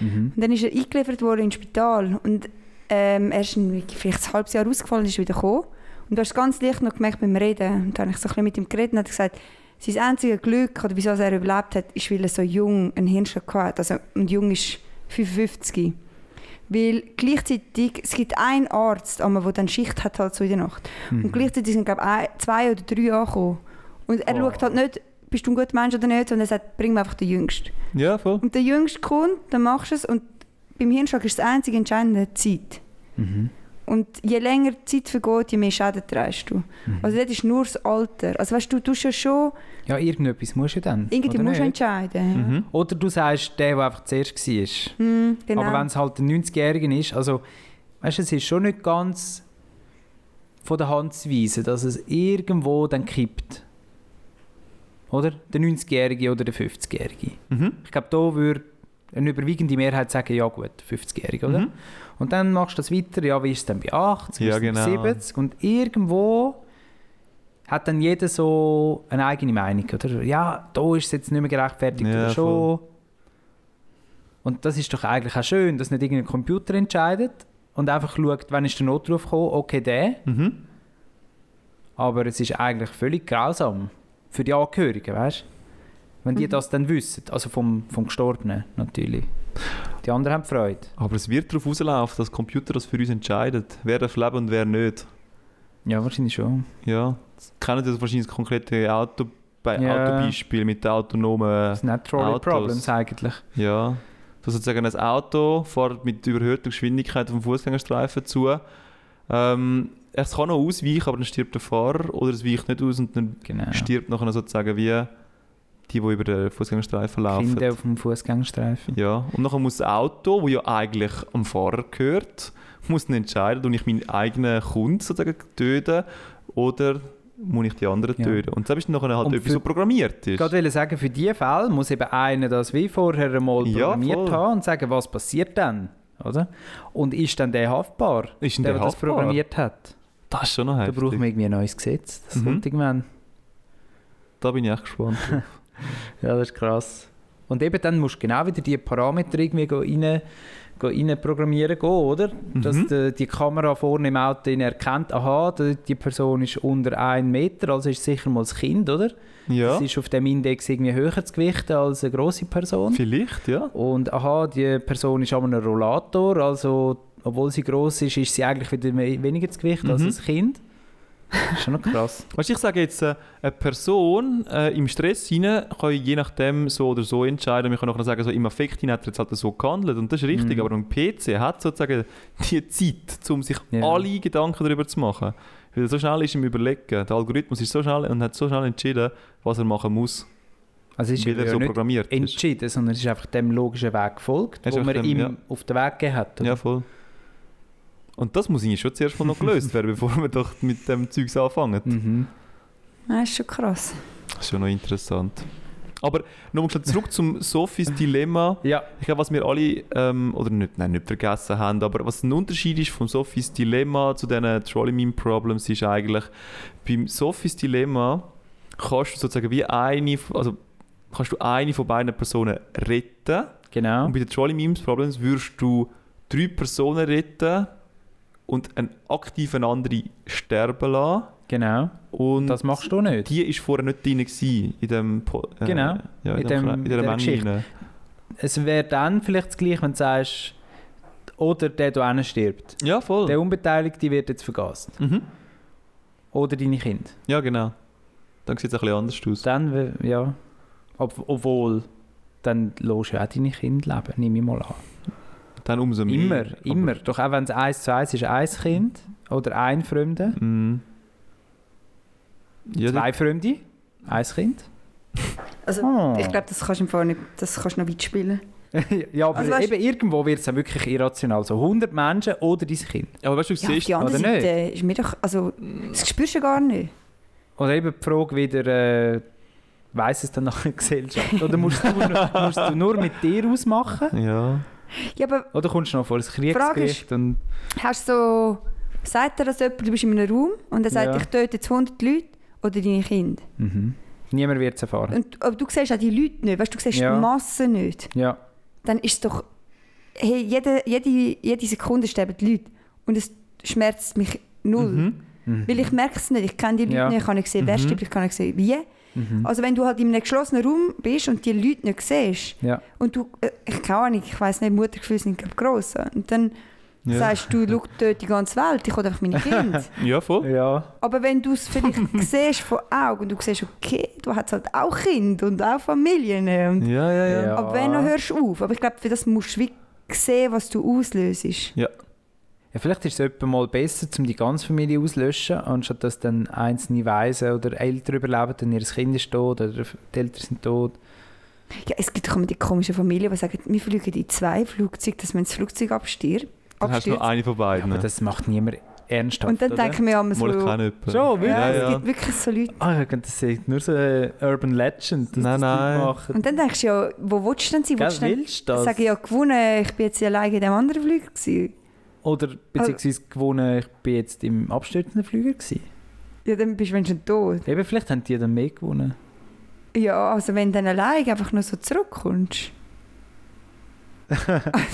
Mhm.
Und dann ist er eingeliefert worden ins Spital und ähm, er ist ein, vielleicht ein halbes Jahr ausgefallen und ist wieder gekommen. Und du hast ganz leicht noch gemerkt beim Reden. Und dann habe ich so ein bisschen mit ihm geredet und hat gesagt, sein einziges Glück, oder wieso er überlebt hat, ist, weil er so jung einen Hirnschlag hatte. Also, und jung ist 55. Weil gleichzeitig, es gibt einen Arzt, einmal, der dann Schicht hat halt so in der Nacht. Und gleichzeitig sind, glaube ich, zwei oder drei angekommen. Und er
Oh.
schaut halt nicht, bist du ein guter Mensch oder nicht, sondern er sagt, bring mir einfach den Jüngsten.
Ja, voll.
Und der Jüngste kommt, dann machst du es. Und beim Hirnschlag ist das einzige Entscheidende die Zeit.
Mhm.
Und je länger die Zeit vergeht, je mehr Schäden trägst du.
Mhm.
Also das ist nur das Alter. Also weißt du, du tust ja schon,
Ja, irgendetwas musst du dann.
irgendwie
oder
musst du
nicht?
entscheiden.
Mhm.
Oder du sagst, der, der einfach zuerst war.
Mhm. genau.
Aber wenn es halt ein 90-Jähriger ist, also, weißt du, es ist schon nicht ganz von der Hand zu weisen, dass es irgendwo dann kippt. Oder? Der 90-Jährige oder der 50-Jährige.
Mhm.
Ich glaube, da würde eine überwiegende Mehrheit sagen, ja gut, 50-Jährige, oder?
Mhm.
Und dann machst du das weiter, ja, wie ist es denn bei 80,
Ja,
ja, genau.
genau.
70? Und irgendwo hat dann jeder so eine eigene Meinung, oder? Ja, da ist es jetzt nicht mehr gerechtfertigt
Ja,
oder schon.
voll.
Und das ist doch eigentlich auch schön, dass nicht irgendein Computer entscheidet und einfach schaut, wann ist der Notruf gekommen, okay, der.
Mhm.
Aber es ist eigentlich völlig grausam für die Angehörigen, weißt du? Wenn die
Mhm.
das dann wissen, also vom, vom Gestorbenen natürlich. Die anderen haben Freude.
Aber es wird darauf rauslaufen, dass der Computer das für uns entscheidet, wer darf leben und wer nicht.
Ja, wahrscheinlich schon.
Ja, kennen Sie das wahrscheinlich das konkrete Auto bei
Ja.
Autobeispiel mit den autonomen.
Das sind nicht Trolley
Autos.
Problems eigentlich.
Ja, dass sozusagen ein Auto fährt mit überhöhter Geschwindigkeit vom Fußgängerstreifen zu. Ähm, es kann noch ausweichen, aber dann stirbt der Fahrer oder es weicht nicht aus und dann
Genau.
stirbt nachher sozusagen wie die, die über den Fußgängerstreifen laufen.
Kinder auf dem Fußgängerstreifen.
Ja, und nachher muss das Auto, das ja eigentlich am Fahrer gehört, muss dann entscheiden, ob ich meinen eigenen Kunden sozusagen töten oder muss ich die anderen
Ja.
töten. Und das ist dann nachher halt
Und
etwas,
für-
so programmiert
Ich
ist.
wollte gerade sagen, für diese Fälle muss eben einer das wie vorher einmal
Ja,
programmiert
voll.
haben und sagen, was passiert dann? Oder? Und ist dann der haftbar,
Ist denn der
das
haftbar?
programmiert hat?
Das ist schon noch
Da
heftig.
brauchen wir irgendwie ein neues Gesetz. Das
Mhm.
kommt irgendwann.
Da bin ich echt gespannt.
Ja, das ist krass. Und eben dann musst du genau wieder die Parameter irgendwie go rein, go rein programmieren, gehen, oder? Dass
Mhm.
die, die Kamera vorne im Auto ihn erkennt, aha, die, die Person ist unter 1 Meter, also ist sicher mal das Kind, oder?
ja,
Das ist auf dem Index irgendwie höher zu gewichten als eine grosse Person.
vielleicht, ja.
Und aha, die Person ist aber ein Rollator, also obwohl sie gross ist, ist sie eigentlich wieder mehr, weniger zu gewichten als
Mhm.
ein
*laughs*
Kind. Das ist schon noch krass.
Weißt du, ich sage jetzt, äh, eine Person äh, im Stress hinein kann je nachdem so oder so entscheiden. Man kann nachher sagen, so im Affekt hinein hat er jetzt halt so gehandelt und das ist richtig,
Mhm.
aber ein PC hat sozusagen die Zeit, um sich
Ja.
alle Gedanken darüber zu machen. Weil er so schnell ist im Überlegen. Der Algorithmus ist so schnell und hat so schnell entschieden, was er machen muss,
Also es ist
weil er
ja
so
nicht
programmiert ist.
entschieden, sondern es ist einfach dem logischen Weg gefolgt,
Es ist
wo man
einfach
ihm
dem, ja.
auf den Weg gegeben hat. oder?
Ja, voll. Und das muss eigentlich schon zuerst mal noch gelöst werden, *laughs* bevor wir doch mit dem Zeugs anfangen.
Mhm.
Das ist schon krass.
Das ist schon noch interessant. Aber nochmal schnell zurück zum Sophies Dilemma.
ja.
Ich glaube, was wir alle, ähm, oder nicht, nein, nicht vergessen haben, aber was ein Unterschied ist vom Sophies Dilemma zu diesen Trolley Meme Problems, ist eigentlich, beim Sophies Dilemma kannst du sozusagen wie eine, also kannst du eine von beiden Personen retten.
Genau.
Und bei den Trolley Memes Problems würdest du drei Personen retten und einen aktiven anderen sterben lassen.
Genau.
Und
Das machst du nicht.
die ist vorher nicht drin gewesen, in dem Po- äh,
Genau,
ja, in,
in
dem,
dem-
Kle- in
dieser
der Menge
Geschichte.
rein.
Es wäre dann vielleicht das gleiche, wenn du sagst, oder der da hinten stirbt.
Ja, voll.
Der Unbeteiligte wird jetzt vergast.
mhm.
Oder deine Kinder.
Ja, genau. Dann sieht es ein bisschen anders aus.
Dann, wär- ja. Ob, obwohl, dann lässt du ja auch deine Kinder leben, nehme ich mal an.
Dann umso mehr.
Immer,
Aber-
immer. Doch auch wenn es eins zu eins ist, ein Kind oder ein Fremde,
Mhm. Ja,
zwei Fremde, ein Kind.
Also,
Oh.
ich glaube, das kannst du im Fall nicht, das kannst du noch weit spielen.
*laughs* ja, aber
Also weißt-
eben irgendwo wird es dann wirklich irrational. So 100 Menschen oder dein Kind.
das- aber weißt du, du
Ja, auf
siehst,
die andere
oder nicht?
Seite ist mir doch, also, das spürst du gar nicht.
Oder eben die Frage wieder, äh, weiss es dann nachher die Gesellschaft? Oder musst du, musst du nur mit dir ausmachen?
ja.
Ja, aber
Oder kommst du noch vor das Kriegsgericht? Und,
hast du so, sagt er das jemand, du bist in einem Raum und er sagt,
Ja.
ich töte jetzt 100 Leute oder deine Kinder.
mhm. Niemand wird es erfahren.
Und, aber du siehst auch die Leute nicht, weißt du, du siehst
Ja.
die Masse nicht.
Ja,
Dann ist es doch, hey, jede, jede, jede Sekunde sterben die Leute und es schmerzt mich null.
Mhm.
Weil ich merke es nicht, ich kenne die Leute
Ja.
nicht, ich kann nicht sehen, wer
Mhm.
stirbt, ich kann nicht sehen, wie.
mhm.
Also wenn du halt in einem geschlossenen Raum bist und die Leute nicht siehst
Ja.
und du, äh, ich keine Ahnung, ich weiss nicht, Muttergefühle sind glaub, gross. Und dann
Ja.
sagst du, schau dort die ganze Welt, ich habe
*laughs*
einfach meine Kinder.
ja, voll.
ja.
Aber wenn du
*laughs*
es vielleicht siehst von Augen und du siehst, okay, du hast halt auch Kinder und auch Familien. Und,
Ja, ja, ja.
Ja.
Aber wenn, dann hörst du auf. Aber ich glaube, für das musst du wie sehen, was du auslöst.
ja, vielleicht ist es etwa mal besser, um die ganze Familie auszulöschen, anstatt dass dann einzelne Weise oder Eltern überleben, dann ihr Kind ist tot oder die Eltern sind tot.
Ja, es gibt doch immer die komischen Familien, die sagen, wir fliegen in zwei Flugzeuge, dass wenn das Flugzeug abstirbt,
Dann hast du noch
abstürzt.
eine von
Ja,
beiden.
aber das macht niemand ernsthaft,
Und dann
oder?
denke ich mir immer
Mal ich
so,
kenne jemanden.
Schon, wirklich?
ja,
Ja,
es
ja. *laughs*
gibt wirklich so Leute.
Ah, ich denke, das ist nur so eine Urban Legend, dass das
Nein, nein.
Leute machen.
Und dann denkst du ja, wo willst du denn sein?
Gell,
Willst du denn
willst du das?
sagen, ja, gewonnen, ich bin jetzt alleine in dem anderen Flug gewesen.
Oder beziehungsweise gewonnen, ich bin jetzt im abstürzenden Flüger gewesen.
Ja, dann bist du wenigstens tot.
Eben, vielleicht haben die dann mehr gewonnen.
Ja, also wenn du dann alleine einfach nur so zurückkommst.
Also-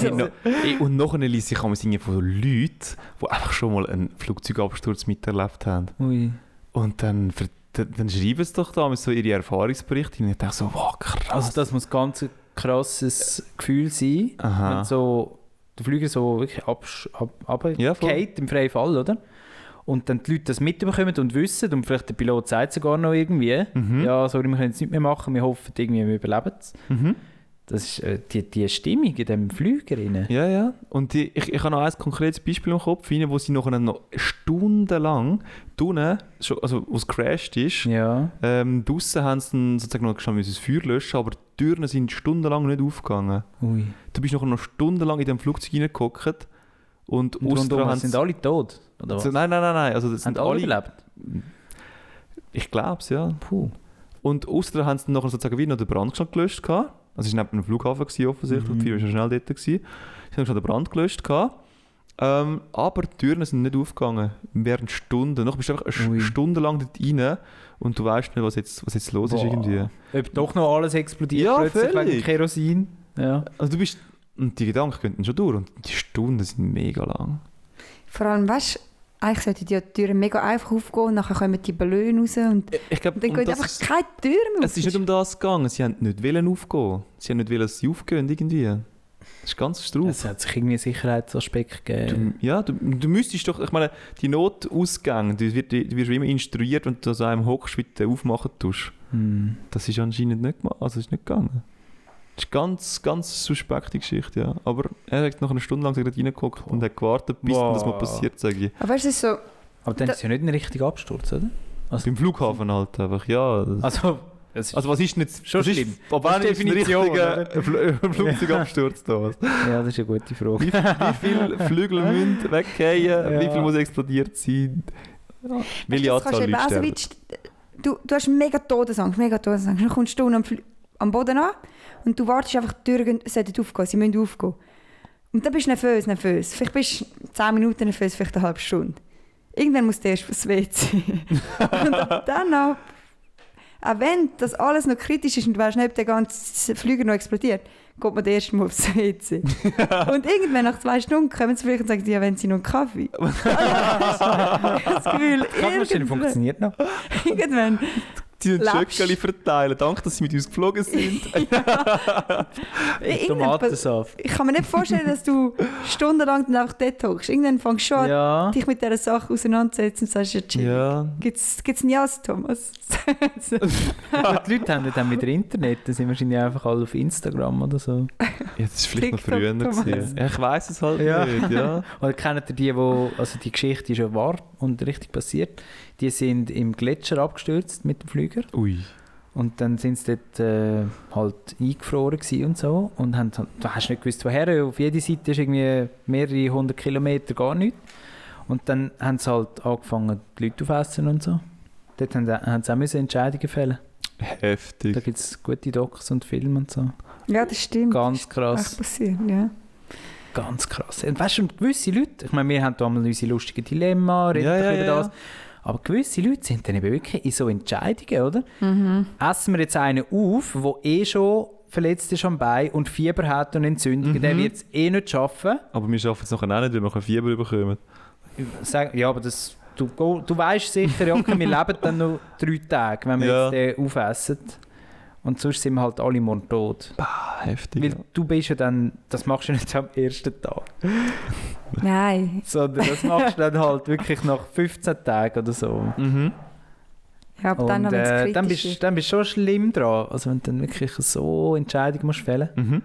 Ey, no, Genau. ey, und noch eine Liste kann man singen von Leuten, die einfach schon mal einen Flugzeugabsturz miterlebt haben.
Ui.
Und dann, ver- dann, dann schreiben sie doch da mit so ihre Erfahrungsberichte. Und ich denke so, wow, krass.
Also das muss ganz ein krasses Gefühl sein,
Aha.
wenn so der Flüger so wirklich absch- ab, ab,
Ja, voll.
geht im freien Fall, oder? Und dann die Leute das mitbekommen und wissen und vielleicht der Pilot sagt sogar noch irgendwie,
Mhm.
ja, sorry, wir können es nicht mehr machen, wir hoffen irgendwie, wir überleben es.
Mhm.
Das ist äh, die, die Stimmung in dem Flüger rein.
Ja, ja. Und die, ich, ich habe noch ein konkretes Beispiel im Kopf, eine, wo sie nachher noch stundenlang drinnen, schon- also wo es crashed ist,
Ja.
ähm, draussen haben sie dann sozusagen noch geschafft, müssen das Feuer löschen, aber die Türen sind stundenlang nicht aufgegangen.
Ui.
Du bist nachher noch stundenlang in dem Flugzeug reingehockt
Und
und, ausser
rundum
haben
sind
sie-
alle tot, oder was?
so, Nein, nein, nein, nein. Also, das
Haben
sind
alle
alle,
überlebt?
ich glaube es, ja.
Puh.
Und außerdem haben sie dann nachher sozusagen wieder noch den Brand schon gelöscht. Gehabt. Also es war neben einem Flughafen gewesen, offensichtlich,
Mhm.
und die Firma war schon schnell dort. Gewesen. Sie haben schon den Brand gelöscht. Gehabt. Ähm, aber die Türen sind nicht aufgegangen, während Stunden. Noch bist du einfach eine
Ui.
Sch- Stunde lang dort rein und du weißt nicht, was jetzt, was jetzt los ist
Boah.
irgendwie.
Ob doch noch alles explodiert
Ja,
plötzlich wegen
völlig.
Kerosin. Ja.
Also du bist... Und die Gedanken gehen dann schon durch und die Stunden sind mega lang.
Vor allem, weißt du, eigentlich sollten die Türen mega einfach aufgehen und nachher kommen die Ballone raus und
Äh, Ich glaube,
und dann geht einfach keine Tür mehr auf.
es ist nicht um das gegangen. Sie haben nicht wollen aufgehen. Sie haben nicht wollen, dass sie aufgehen irgendwie. Das ist ganz strauß.
Es hat sich irgendwie einen Sicherheitsaspekt gegeben.
Du, ja, du, du müsstest doch, ich meine, die Notausgänge, du, wirst- du wirst immer instruiert, wenn du so einem hockst, wie du aufmachen tust.
Hm.
Das ist anscheinend nicht gemacht, also ist nicht gegangen. Das ist ganz, ganz suspekte Geschichte, ja. Aber er hat nach einer Stunde lang gerade reingehockt und hat gewartet, bis
Wow.
dann das mal passiert, sage ich.
Aber es ist so,
Aber dann
Da-
ist es ja nicht ein richtiger Absturz, oder?
Beim Flughafen halt einfach, ja. Das, also,
Also, es *laughs* ist,
was ist denn jetzt...
Schon
was ist,
schlimm.
Ab
Das
wann
ist
ist ein
Definition,
richtiger *laughs* Fl- äh, Flugzeugabsturz da?
ja, das ist eine gute Frage.
Wie, wie viele Flügel müssen weggehen,
Ja.
wie viel muss explodiert sein? Ja.
weißt,
Welche
das
Anzahl
kannst du eben
Leute
auch so
sterben?
weit st- du, du hast mega Todesangst, mega Todesangst. Dann kommst du unten am, Fl- am Boden an und du wartest einfach, die Türen gehen- sollten aufgehen, sie müssen aufgehen. Und dann bist du nervös, nervös. Vielleicht bist du 10 Minuten nervös, vielleicht eine halbe Stunde. Irgendwann musst du erst aufs WC. *laughs* und ab dann ab, auch wenn das alles noch kritisch ist und du weißt nicht, ob der ganze Flüger noch explodiert, geht man das erste Mal
*laughs*
aufs WC. und irgendwann nach zwei Stunden kommen sie vielleicht und sagen, ja, wenn sie noch
*laughs*
einen Kaffee.
*laughs*
das Gefühl, *laughs*
Kaffeemaschine
irgendwann-
funktioniert noch.
Irgendwann.
Die den
Lebst-
Schöckeli verteilen. Danke, dass sie mit uns geflogen
*laughs*
sind.
Irgendwann-
Tomatensaft.
Ich kann mir nicht vorstellen, dass du stundenlang dann einfach dort hockst. Irgendwann fängst du schon an,
Ja.
dich mit dieser Sache auseinanderzusetzen und sagst, ja, chill.
ja.
Gibt's, gibt's ein Jas, Thomas?
Aber *laughs* die Leute haben nicht auch wieder Internet, dann sind wahrscheinlich einfach alle auf Instagram oder so.
ja, das ist vielleicht noch
TikTok,
früher.
Thomas.
gewesen. Ja, ich weiß es halt
Ja. *laughs*
nicht. Ja.
Oder kennt ihr die, wo, also die Geschichte ist ja wahr und richtig passiert, die sind im Gletscher abgestürzt mit dem Flüger
Ui.
und dann sind sie dort äh, halt eingefroren gewesen und so und haben, halt- du hast nicht gewusst woher, auf jeder Seite ist irgendwie mehrere hundert Kilometer gar nichts und dann haben sie halt angefangen die Leute aufessen und so. Dort haben, sie- haben sie auch müssen Entscheidungen fällen. Da
Heftig.
gibt es gute Docs und Filme und so.
ja, das stimmt.
Ganz
Das ist
krass.
echt passiert, ja.
Ganz krass. Und weißt du, und gewisse Leute, ich meine, wir haben da mal unsere lustigen Dilemma, reden
Ja,
doch
ja,
über
ja,
das. Aber gewisse Leute sind dann eben wirklich in so Entscheidungen, oder? Essen wir jetzt einen auf, der eh schon verletzt ist am Bein und Fieber hat und Entzündung,
Mhm.
der wird es eh nicht schaffen.
Aber wir schaffen es nachher auch nicht, weil wir kein Fieber bekommen.
Sag, ja, aber das, du, go- du weißt sicher, ja, okay, wir *laughs* leben dann noch drei Tage, wenn wir
Ja.
jetzt den aufessen. Und sonst sind wir halt alle morgen tot.
Ah, heftig.
Weil du bist ja dann, das machst du nicht am ersten Tag.
Nein.
Sondern das machst du dann halt wirklich nach 15 Tagen oder so.
ja. Mhm.
Ja, aber dann,
Und,
wenn es
äh,
kritisch
dann, bist,
ist.
dann bist du schon schlimm dran. Also wenn du dann wirklich so Entscheidungen musst fällen.
Mhm.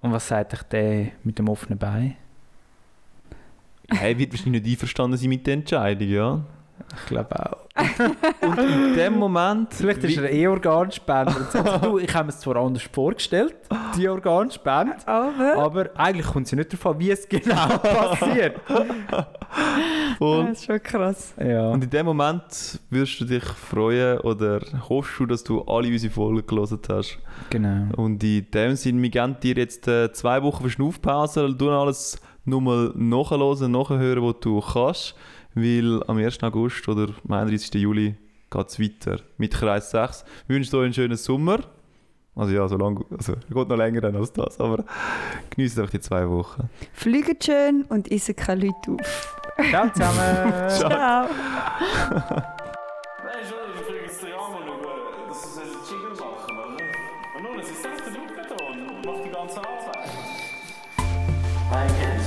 Und was sagt dich der mit dem offenen Bein?
Hey, wird wahrscheinlich nicht einverstanden sein mit der Entscheidung, ja.
Ich glaube auch.
Und in dem Moment...
*laughs*
Vielleicht ist
wie-
Also, er eh Organspender. Und sagt, du, ich habe mir es zwar anders vorgestellt, die Organspende.
Aber.
Aber eigentlich kommt es ja nicht darauf an, wie es genau *laughs* passiert.
Und,
Das ist schon krass.
Ja.
und in dem Moment wirst du dich freuen oder hoffst du, dass du alle unsere Folgen gelesen hast.
Genau.
Und in dem Sinne, wir geben dir jetzt äh, zwei Wochen für Schnaufpause und tun alles nochmal nachhören, nachhören, was du kannst. Weil am 1. August oder am 31. Juli geht es weiter mit Kreis 6. Wir wünschen euch einen schönen Sommer. Also ja, so lang, also er geht noch länger dann als das, aber genießt einfach die zwei Wochen.
Fliegt schön und isst keine Leute auf.
Ciao zusammen.
Ciao.
Nein, schon, ich kriege jetzt den Jammer schauen. Das ist ein Jingle machen, oder? Und nun, es ist echt der Lupeton und macht die ganze Arbeit.
I can't